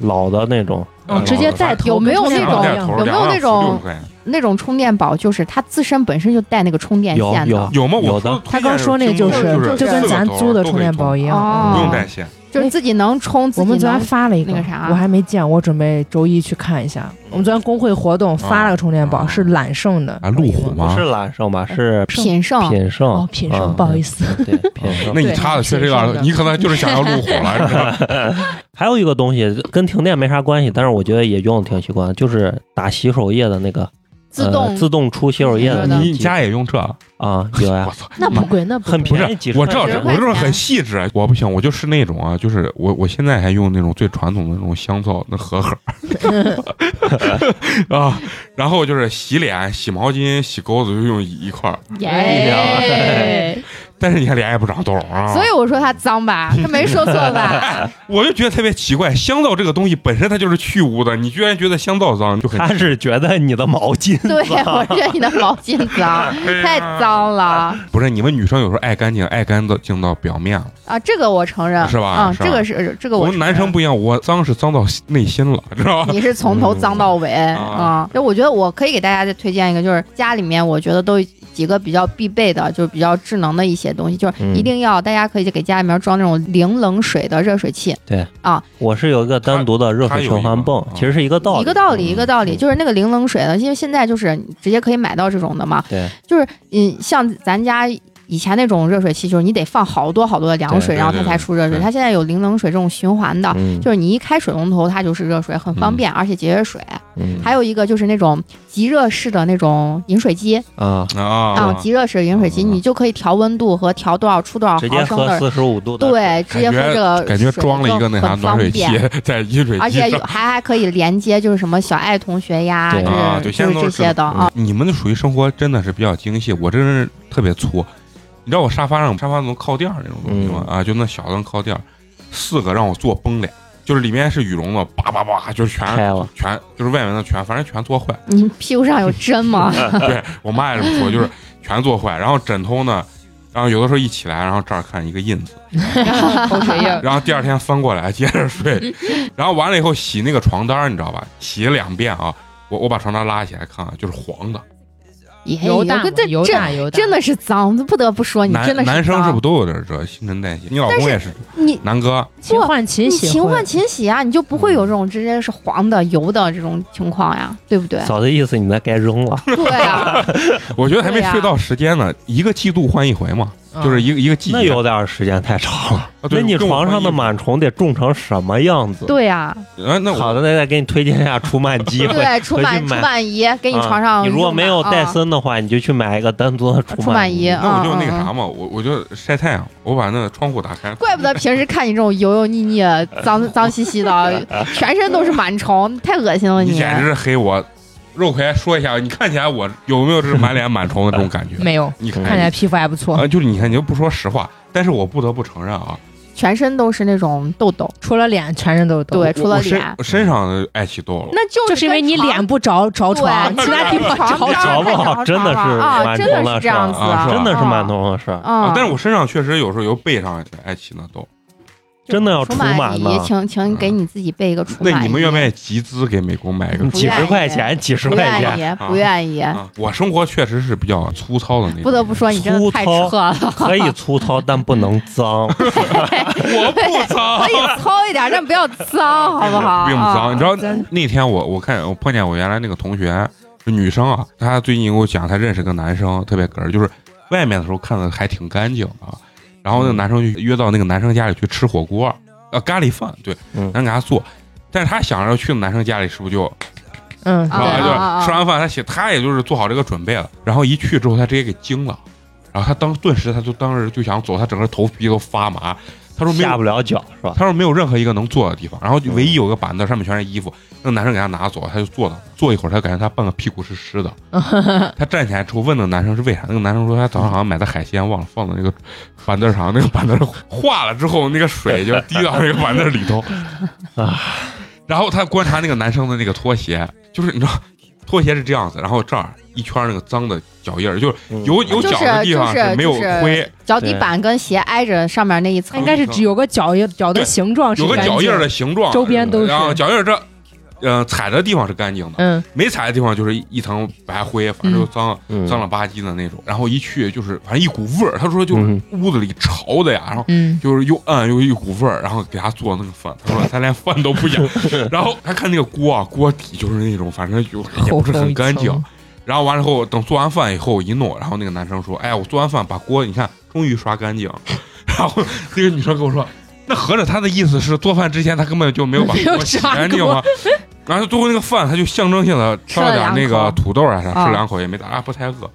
老的那种，嗯嗯，直接带头有没有那两个种带头，有没有那两个种小时六十块钱那种充电宝就是它自身本身就带那个充电有线的有，有吗？我有的说他刚说那就就是就跟咱租的充电宝一哦样，嗯不用带线，就是自己能充，自我己们昨天能发了一个，那个啥我还没见，我准备周一去看一下。我们昨天工会活动发了个充电宝，啊是揽胜的啊，路虎不吗是？揽胜吧？是品胜，品胜。哦，品胜，啊嗯不好意思， 对，品胜。那你插的确实有对点，你可能就是想要路虎了， 你知道吗？还有一个东西跟停电没啥关系，但是我觉得也用的挺习惯，就是打洗手液的那个自动呃自动出洗手液的那你机家也用这？我啊， 有呀，操！嗯那不贵，那不贵很不是便宜，几十我块这钱。我这块钱种很细致，啊我不行，我就是那种啊，就是我我现在还用那种最传统的那种香皂那盒盒 啊，然后就是洗脸、洗毛巾、洗钩子就用一块儿，耶！但是你看脸也不长痘儿啊，所以我说它脏吧，它没说错吧？我就觉得特别奇怪，香皂这个东西本身它就是去污的，你居然觉得香皂脏就很他是觉得你的毛巾对，我觉得你的毛巾脏， 太脏了哎不是你们女生有时候爱干净，爱干净到表面了，啊！这个我承认，是吧嗯，是吧这个是这个我我们男承生认。不一样，我脏是脏到内心了，知道吧？你是从头脏到尾嗯啊啊！就我觉得我可以给大家再推荐一个，就是家里面我觉得都几个比较必备的，就是比较智能的一些东西，就是嗯一定要大家可以给家里面装那种零冷水的热水器， 我是有一个单独的热水循环泵它它有一，个啊其实是一个道理，一个道理一个道理，嗯就是那个零冷水的，因为现在就是你直接可以买到这种的嘛，对，就是嗯，像咱家。以前那种热水器就是你得放好多好多的凉对水，对然后它对才出热水。对它现在有零冷水这种循环的，嗯就是你一开水龙头它就是热水，很方便，而且节约水。嗯还有一个就是那种即热式的那种饮水机啊，啊啊，即热式饮水机，嗯你就可以调温度和调多少出多少直接毫升喝的，四十五度的，对，直接喝这个感觉水装了一个那啥就暖很方水器便， 在饮水而机且有上。还还可以连接，就是什么小爱同学呀，对啊，就对，是现就在都是这是些的啊。嗯你们的属于生活真的是比较精细，我这人是特别粗。你知道我沙发上沙发能靠垫儿那种东西吗？啊，就那小的能靠垫儿，四个让我坐崩脸，就是里面是羽绒的，叭叭叭，就是全开了，全就是外面的全，反正全坐坏。你屁股上有针吗？对我妈也这么说，就是全坐坏。然后枕头呢，然后有的时候一起来，然后这儿看一个印子，口水啊印儿。然后第二天翻过来接着睡， 然后完了以后洗那个床单儿，你知道吧？洗两遍啊。我我把床单拉起来看啊，就是黄的。 也油有大嘛哎跟这油这大油大，真的是脏，不得不说你男真的男生是脏不是都有点这新陈代谢？你老公也是，你南哥勤换勤你洗，勤换勤洗啊，你就不会有这种直接是黄的、油的这种情况呀，对不对？嫂子意思你那该 扔了，对啊，我觉得还没对呀睡到时间呢，一个季度换一回嘛，嗯就是一个一个季那节。有点时间太长了。啊对那你跟我床上的换螨虫得种成什么样子？对啊，衣服，哎，那好我的，那再给你推荐一下除螨机，回 对，除回去螨除买螨仪给你啊床上用的啊，你如果没有戴森的话，你就去买一个单独的除除螨仪，那我就嗯那个。嗯嗯哦啥嘛，我我就晒太阳，我把那个窗户打开。怪不得平时看你这种油油腻 腻、脏脏兮兮的，全身都是螨虫，太恶心了你简直是黑我。肉葵说一下，你看起来我有没有这是满脸螨虫的这 种感觉？没有，你看起看来，皮肤还不错，啊，就是你看，你就不说实话，但是我不得不承认啊，全身都是那种痘痘，除了脸全身都是痘。对，除了我身脸，我身上的爱起痘了。那就就是因为跟你床脸不着着床， 对其他地 方床着边儿床着。不好太真的是了啊，螨真的虫了是是这样吧子啊是吧真的是啊螨虫的事儿。啊啊，但是我身上确实有时候有背上爱起那痘，真的要除除螨姨，呢，请请给你自己备一个除螨仪。那你们愿不愿意集资给美工买一个？嗯几十块钱，几十不块钱，愿意，不愿意。啊，我生活确实是比较粗糙的那种。不得不说，你真的太扯了。可以粗糙，但不能脏。我不脏可，以糙一点，但不要脏，好不 好？啊并不脏。你知道，道那天我我看我碰见我原来那个同学，是女生啊，她最近给我讲，她认识个男生，特别哏儿，就是外面的时候看的还挺干净啊。然后那个嗯男生就约到那个男生家里去吃火锅，呃，咖喱饭，对，嗯咱给他做。但是她想着去男生家里是不是就嗯，啊然后对就啊啊是吃完饭，他写他也就是做好这个准备了，然后一去之后，他直接给惊了，然后他当顿时他就当时就想走，他整个头皮都发麻。他说没 下不有，了脚是吧？啊他说没有任何一个能坐的地方，然后就唯一有个板凳，上面全是衣服，那个男生给他拿走，他就坐了，坐一会儿，他感觉他半个屁股是湿 的，他站起来之后问那个男生是为啥，那个男生说他早上好像买的海鲜忘了放到那个板凳上，那个板凳化了之后，那个水就滴到那个板凳里 头啊。然后他观察那个男生的那个拖鞋，就是你知道，拖鞋是这样子，然后这儿一圈那个脏的脚印儿，就是 有有就脚的是地就方是没有灰，就是脚底板跟鞋挨着上面那一它层应，该是只有个脚印，脚的形状是有个干脚印儿净的，形状，周边都是然后脚印儿这，呃，踩的地方是干净的，嗯，没踩的地方就是一一层白灰，反正就脏了、嗯脏了吧唧的那种。然后一去就是反正一股味儿，他说就是嗯屋子里潮的呀，然后嗯，就是又暗又一股味儿，然后给他做那个饭，他说他连饭都 不想，然后他看那个锅啊，锅底就是那种反正就也不是很干净厚厚一层。然后完了后，等做完饭以后一弄，然后那个男生说：“哎呀，我做完饭把锅你看终于刷干 净。”然后那个女生跟我说：“那合着他的意思是做饭之前他根本就没有把没有锅洗刷干净吗？”然后最后那个饭他就象征性的吃了了点那两个口土豆啊啥，啊吃两口也没咋，啊不太饿。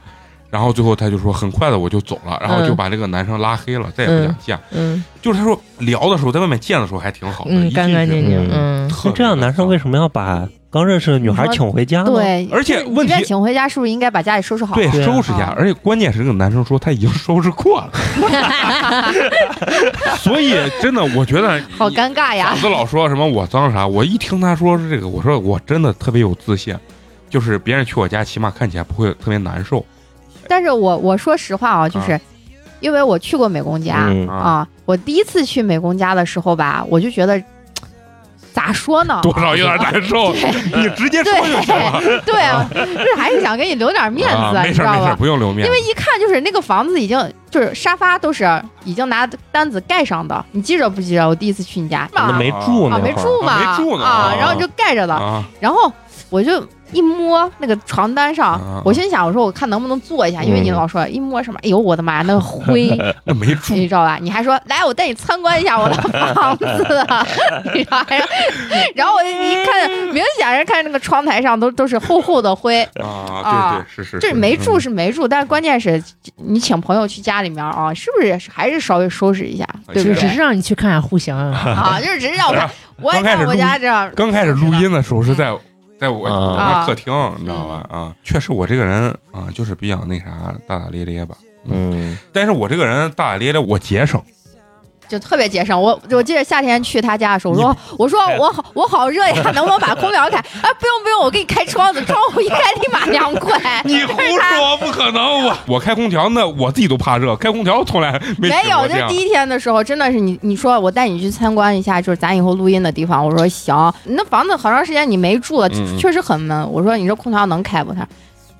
然后最后他就说：“很快的我就走了。”然后就嗯把这个男生拉黑了，再也不想见。嗯就是他说聊的时候，在外面见的时候还挺好的，嗯一，进干干去净净，嗯，特那别这样男生为什么要把刚认识的女孩请回家呢？对，而且就是你问即便题请回家是不是应该把家里收拾好？对对啊收拾一下啊？而且关键是，这个男生说他已经收拾过 了，所以真的，我觉得好尴尬呀 嫂！子老说什么我脏啥，我一听他说是这个，我说我真的特别有自信，就是别人去我家，起码看起来不会特别难受但是我我说实话啊，就是因为我去过美工家嗯，啊。啊，我第一次去美工家的时候吧，我就觉得咋说呢？多少有点难 受，你直接说就行了。啊对 啊，就是还是想给你留点面啊子，没你事知儿道没事儿，吧？不用留面因子。为一看就是那个房子已经就是沙发都是已经拿单子盖上的，你记着不记着？我第一次去你家，可能啊没住啊那没会住儿，嘛，啊没住呢啊啊，然后就盖着的，啊，然后我就一摸那个床单啊上，我心想我说我看能不能坐一下，因为你嗯老说一摸什么，哎呦我的妈呀，那 个灰，那没住你知道吧？你还说来，我带你参观一下我的房子，啊 你知道还然后我一看，明显是看那个窗台上都都是厚厚的灰，啊，啊对对是是，嗯就是没住是没住，但是关键是你请朋友去家里面啊，是不是还是稍微收拾一下，对就不只对是？让你去看看户型， 啊，就是只是让我看，我也刚开始看我录家这样，刚开始录音的时候是在嗯在我啊我家客厅，你知道吧？啊，确实我这个人啊，就是比较那啥大大咧咧吧。嗯，但是我这个人大大咧咧，我节省，就特别节省。我我记得夏天去他家的时候，我说我说哎我好我好热呀，能不能把 空调开？啊，不用不用，我给你开窗子，窗户一开立马凉快。 你胡说，不可能！啊我我开空调，那我自己都怕热，开空调从来没没没有，这就是样第。一天的时候，真的是你你说我带你去参观一下，就是咱以后录音的地方。我说行，那房子好长时间你没住了，嗯嗯确实很闷。我说你这空调能开不？他说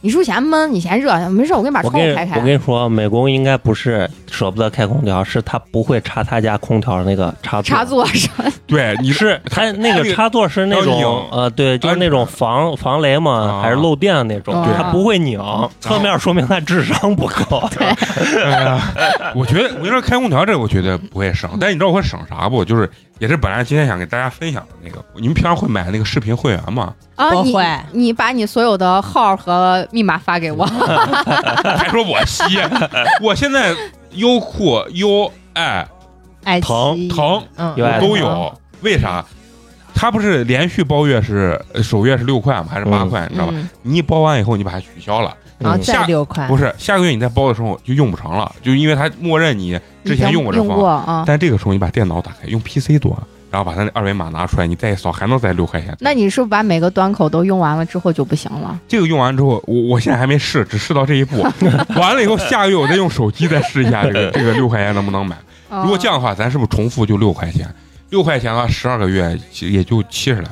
你是不是嫌闷？你嫌热？没事，我给你把我窗跟户你开嗯啊我开跟。你说，啊美工应该不是舍不得开空调，是他不会插他家空调那个插座。插座是吧对， 你是他那那个个插座是那要拧种呃，对，就是那种防防雷嘛，啊还是漏电的那种，对啊它不会拧，侧面说明他智商不 高。哎呀，我觉得我跟你说，开空调这个我觉得不会嗯省，但你知道我会省啥不？就是也是本来今天想给大家分享的那个，你们平常会买那个视频会员 吗？啊，不你会你把你所有的号和密码发给我，嗯还说我吸，我现在优酷、优爱、爱奇疼艺腾嗯，有爱都有，为啥？它不是连续包月是呃首月是六块吗？还是八块？你知道吧？嗯啊你一包完以后，你把它取消了，然后嗯下再六块，不是下个月你再包的时候就用不成了，就因为它默认你之前用过这用方过法。啊。但这个时候你把电脑打开，用 PC 端，然后把它那二维码拿出来，你再一扫还能再六块钱。那你是不是把每个端口都用完了之后就不行了？这个用完之后，我我现在还没 试，只试到这一步。完了以后，下个月我再用手机再试一下这个这个六块钱能不能买。如哦如果这样的话，咱是不是重复就六块钱？六块钱的话，十二个月也就七十来，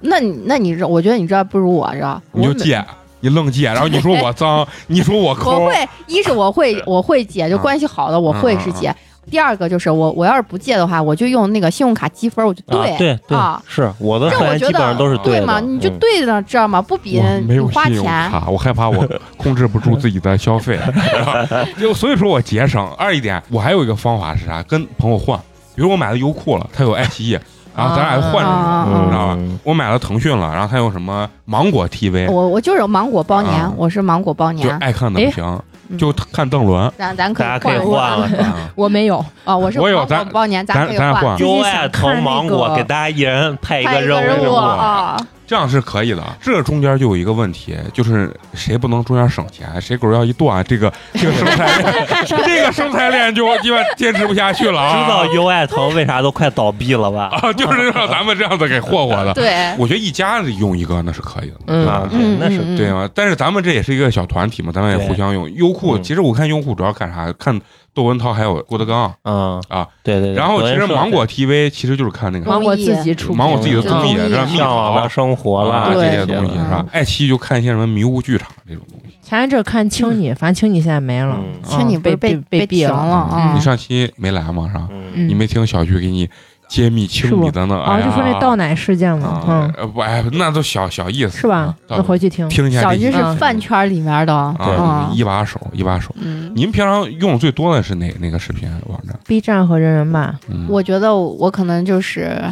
那你那你这，我觉得你这不如我这，你就我每借，你愣借，然后你说我脏，你说我抠我，会，一是我会我会借，嗯就关系好的我会是啊借。第二个就是我我要是不借的话，我就用那个信用卡积分，我就啊，对对啊，是我的这会我员觉基本上得都是对的，嘛，你就嗯对着知道吗？不比我没你有花信用钱，卡，我害怕我控制不住自己的消费， 然后就所以说我节省。二一点，我还有一个方法是啥？跟朋友换，比如我买了优酷了，他有爱奇艺，然后咱俩就换啊着。啊你知啊！道吧？嗯我买了腾讯了，然后他有什么芒果 TV，我我就是芒果包年啊，我是芒果包就年，爱看的不行，嗯就看邓 伦。咱咱可大家可以换换 了。啊我没有，啊！我是我有芒果咱包年，咱可以咱换，优爱腾芒果给大家一人派一拍个一个任任任务务啊！这样是可以的。啊这中间就有一个问题，就是谁不能中间省钱，啊谁狗要一断，这个这个生态链，这个生态链就基本坚持不下去了啊！知道优爱腾为啥都快倒闭了吧？啊，就是让咱们这样子给霍霍的。对，我觉得一家子用一个那是可以的，嗯啊，对嗯，那是嗯对。吗？但是咱们这也是一个小团体嘛，咱们也互相用。优酷嗯其实我看优酷主要干啥？看窦文涛还有郭德纲。嗯啊，对对。对然后其实德云社芒果 TV 其实就是看那个芒果自己出品，芒果自己的综艺，嗯让向往的生活啊啦这对些东西是吧？爱奇艺就看一些什么迷雾剧场这种东西。前一阵看青嗯你，反正青你现在没了，嗯啊亲，你不是被被被停哎了，了啊你？上期没来嘛？是吧？嗯嗯你没听小徐给你揭秘清理的呢？啊，哎呀就说那倒奶事件嘛，啊嗯，，呃不，哎，那都小小意思，是吧？倒那回去听。听一下小这鱼期是节目饭圈里面的，啊，嗯一把手一把手。嗯，您平常用的最多的是哪哪个视频网站？ B 站和人人吧，嗯，我觉得我可能就是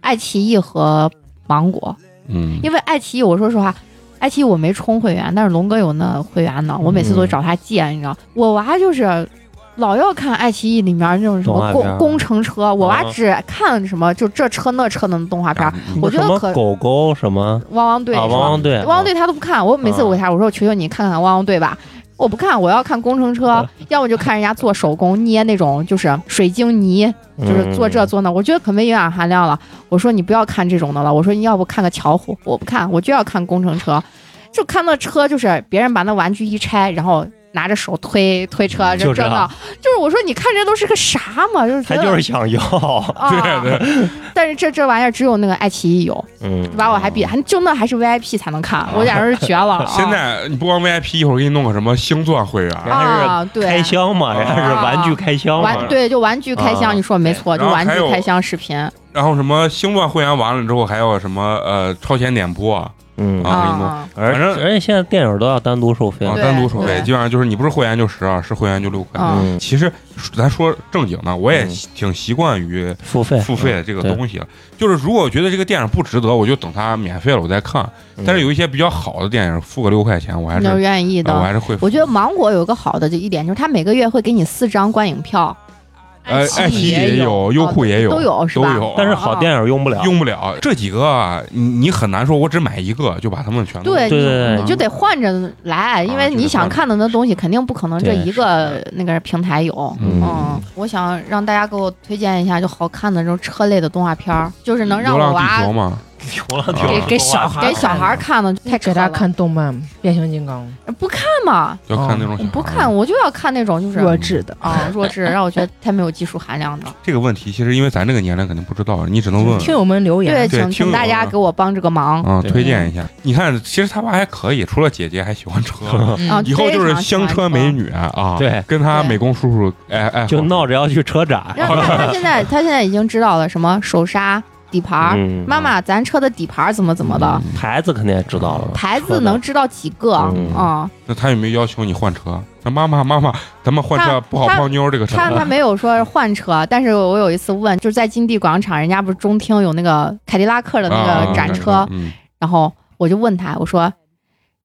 爱奇艺和芒果，嗯，因为爱奇艺，我说实话，爱奇艺我没充会员，但是龙哥有那会员呢，我每嗯次都找他借，你知道，我娃就是。老要看爱奇艺里面那种什动么画片工儿工程车，我娃啊只看什么就这车那车的动画片儿，嗯我觉得什么可狗狗什么汪汪队啊，是吧汪汪队，汪汪队他都不看，我每次我嗯给他我说我求求你看看汪汪队吧，我不看，我要看工程车，嗯要么就看人家做手工捏那种就是水晶泥，嗯就是做这做那，我觉得可没营养含量了。我说你不要看这种的了，我说你要不看个巧虎，我不看，我就要看工程车，就看那车就是别人把那玩具一拆，然后。拿着手推推车，这嗯就这这那，就是我说你看这都是个啥嘛，就是觉他得就是想要，啊，对对，但是这这玩意儿只有那个爱奇艺有，嗯，把我还比还就那还是 VIP 才能看，我简直是绝 了。啊现在你不光 VIP，一会儿给你弄个什么星钻会员，啊啊，对，开箱嘛，啊人家是玩具开箱嘛玩，对就玩具开箱，啊你说没错，对就玩具然后还有啊开箱视频然后什么星钻会员完了之后，还有什么呃超前点播啊，嗯啊给你弄啊，而反正而且现在电影都要单独收费啊对单独收费，对基本上就是你不是会员就十二，是会员就六块。啊嗯，其实咱说正经的，我也嗯挺习惯于付费付费，这个对东西了。就是如果我觉得这个电影不值得，我就等它免费了我再看。嗯但是有一些比较好的电影，付个六块钱，我还你是要愿意呃我的。还是会付。我觉得芒果有一个好的就一点，就是它每个月会给你四张观影票，哎呃，爱奇艺也有，优酷也有，啊都有是都吧？有啊。嗯但是好电影用不了，用不了这几个啊，你你很难说，我只买一个就把它们全都对，对对你你就得换着来，因为啊就得你想换着看的那东西肯定不可能这对一个那个平台有。嗯嗯，我想让大家给我推荐一下就好看的这种车类的动画片儿，就是能让流我啊浪娃地球嘛，流浪地球给说话给小孩给小孩儿看的，太扯给他了看动漫《变形金刚不看嘛？要看那种小不孩儿看，哦我就要看那种就》弱是智的， 啊弱智，让我觉得太没有技术含量的。这个问题，其实因为咱这个年龄肯定不知道，你只能嗯问听友们留对，对言，请听请大友家们给我帮这个忙啊，对推荐一下。你看，其实他爸还可以，除了姐姐还喜欢 车，啊！嗯以后就是非常喜香欢车美。女啊，对，跟他对美工叔叔哎哎 就闹着要去车展， 然后他他现在他现在已经知道了什么手刹、底盘儿，嗯妈妈，咱车的底盘儿怎么怎么嗯的，牌子肯定也知道了，牌车子的能知道几个 嗯啊？那他有没有要求你换车？那妈妈妈妈，咱们换车他不好他泡妞这个啊车他他没有说换车，但是我有一次问，就是在金地广场，人家不是中厅有那个凯迪拉克的那啊个展车，嗯，然后我就问他，我说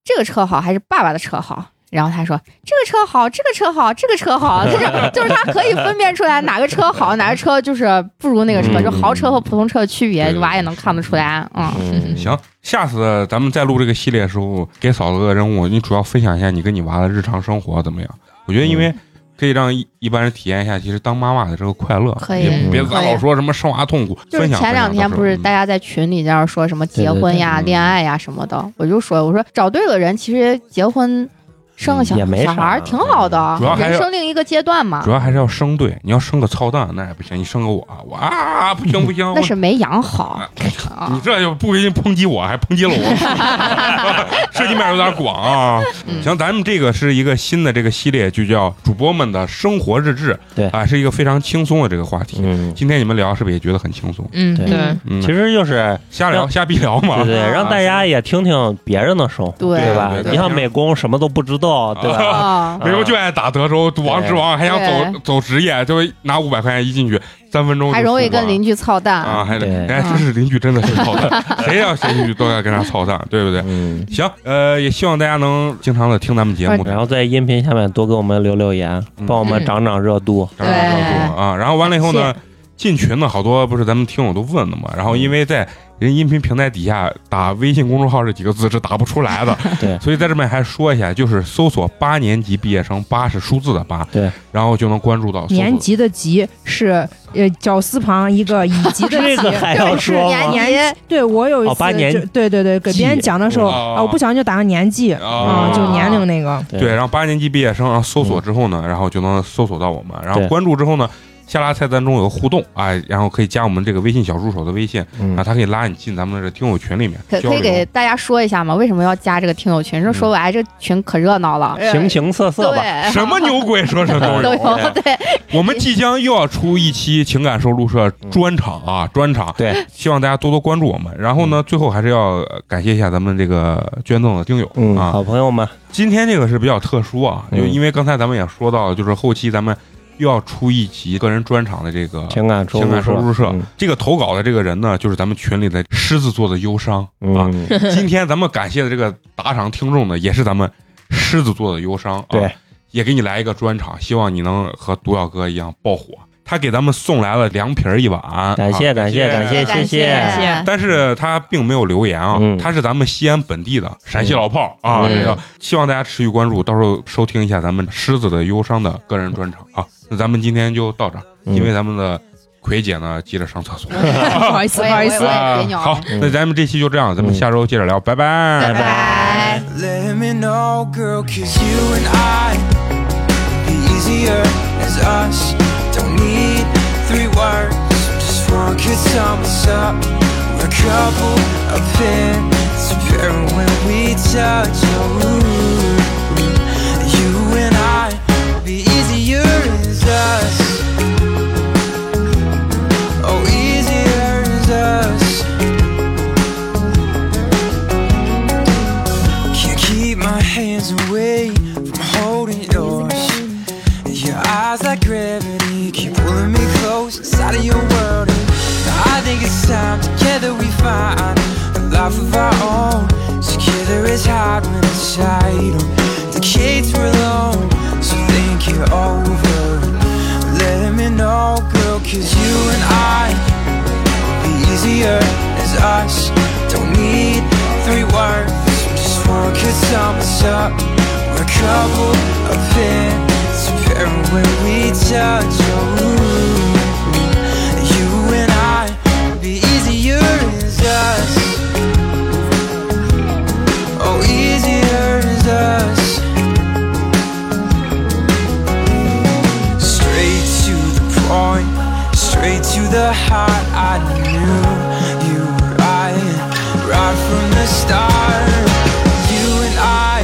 这个车好还是爸爸的车好？然后他说这个车好，这个车好，这个车好， 就是就是他可以分辨出来哪个车好，哪个车就是不如那个车，嗯就豪车和普通车的区别，对对娃也能看得出来。嗯，嗯，行，下次咱们再录这个系列的时候，给嫂子个任务，你主要分享一下你跟你娃的日常生活怎么样？我觉得，因为嗯可以让一一般人体验一下，其实当妈妈的这个快乐，可以也嗯别可咱以老说什么生娃痛苦。就是分享前两天不是大家家在群里在那说什么结婚呀、嗯对对对嗯嗯恋爱呀什么的，我就说我说找对了人，其实结婚生个小也没小孩啥儿挺好的主要，还是人生另一个阶段嘛主。要还是要生对，你要生个操蛋那也不行，你生个我，我啊不行不行，那我是没养好 你啊，这就不给你抨击我，还抨击了我， 涉及面有点广啊。嗯行，咱们这个是一个新的这个系列，就叫主播们的生活日志，对啊，是一个非常轻松的这个话题。嗯，今天你们聊是不是也觉得很轻松？嗯，对对，嗯，其实就是瞎聊瞎逼聊嘛对，对，让大家也听听别人的生活，对对吧对？对你像美工什么都不知道，对吧？啊，美国就爱打德州，赌王之王，还想走走职业，就拿五百块钱一进去，三分钟还容易跟邻邻居嗯操蛋啊，还得对哎，真是邻居真的是操 蛋，谁要谁去都要跟他操蛋，对不对？嗯，行，呃，也希望大家能经常的听咱们节目，然后在音频下面多给我们留留言嗯，帮我们涨涨热度。长长热度啊。然后完了以后呢，进群呢，好多不是咱们听友都问的嗯嘛。然后因为在人音频平台底下打微信公众号这几个字是打不出 来的，对所以在这边还说一下，就是搜索八年级毕业生，八是数字的八，对，然后就能关注到搜索年级的级是呃绞丝旁一 个乙级的这个级。还要说是吗？哦年年对我有一哦八次年就对对对，给别人级讲的时候哦啊，我不小心就打个年纪哦啊啊，就年龄嗯那个。对，然后八年级毕业生，然后搜索之后呢，然后就能搜索到我们，然后对关注之后呢，下拉菜单中有个互动，哎，然后可以加我们这个微信小助手的微信，嗯啊，他可以拉你进咱们的这听友群里面可交可以给流。大家说一下吗？为什么要加这个听友群？这说来这群可热闹了，形形色色吧。对，什么牛鬼蛇神都 都有，有对， 我们即将又要出一期情感收录社专场啊，专场，嗯对，嗯希望大家多多关注我们。然后呢，最后还是要呃感谢一下咱们这个捐赠的听友嗯，啊，好朋友们，今天这个是比较特殊啊，嗯就因为刚才咱们也说到，就是后期咱们又要出一集个人专场的这个情感收情感收入入社嗯。这个投稿的这个人呢，就是咱们群里的狮子座的忧伤啊。嗯， 今天咱们感谢的这个打赏听众呢，也是咱们狮子座的忧伤啊。对，也给你来一个专场，希望你能和毒药哥一样爆火。他给咱们送来了凉皮儿一碗，感谢啊感谢感谢谢感谢，谢但是他并没有留言啊，嗯他是咱们西安本地的陕西老炮儿啊，嗯这个希望大家持续关注，到时候收听一下咱们狮子的忧伤的个人专场啊。那咱们今天就到这儿，嗯因为咱们的葵姐呢急着上厕所， 不好意思，我不也好意思我。也啊别扭好，那咱们这期就这样，嗯咱们下周接着聊，拜拜，拜拜。 Let me know, girl, cause you and I be easier as us. Don't need three words, just one could sum us up. We're a couple of pins, pairing when we touch. Ooh, you and I be easier as us. Oh, easier as us. Can't keep my hands away from holding yours. Your eyes like gravity keep pulling me close inside of your world. And I think it's time together we find a life of our own. Together it's hard when it's tight. The kids were alone, so think it over. Let me know, girl, cause you and I be easier as us. Don't need three words, just one could sum us up. We're a couple of pins, pairing when we touch. Oh, you and I be easier as us. Oh, easier as us. Straight to the point, straight to the heart. I knew you were right, right from the start. You and I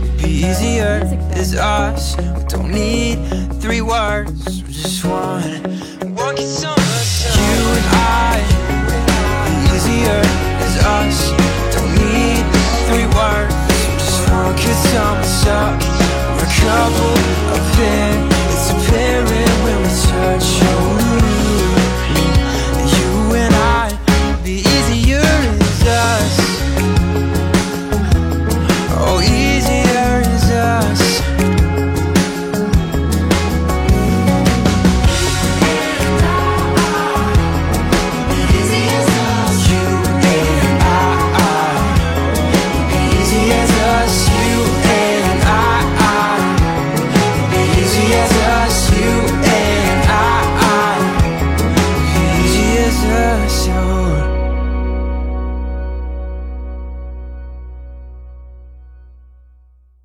would be easier as us. We don't need three words, we're just one. One can sum us up. You and I be easier as us. Don't need three words, just one could sum us up. We're a couple of pins, it's apparent when we touch. Oh, you and I be easier as us. Oh, easier as us. You and I, easy as us. You and I,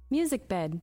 Music bed.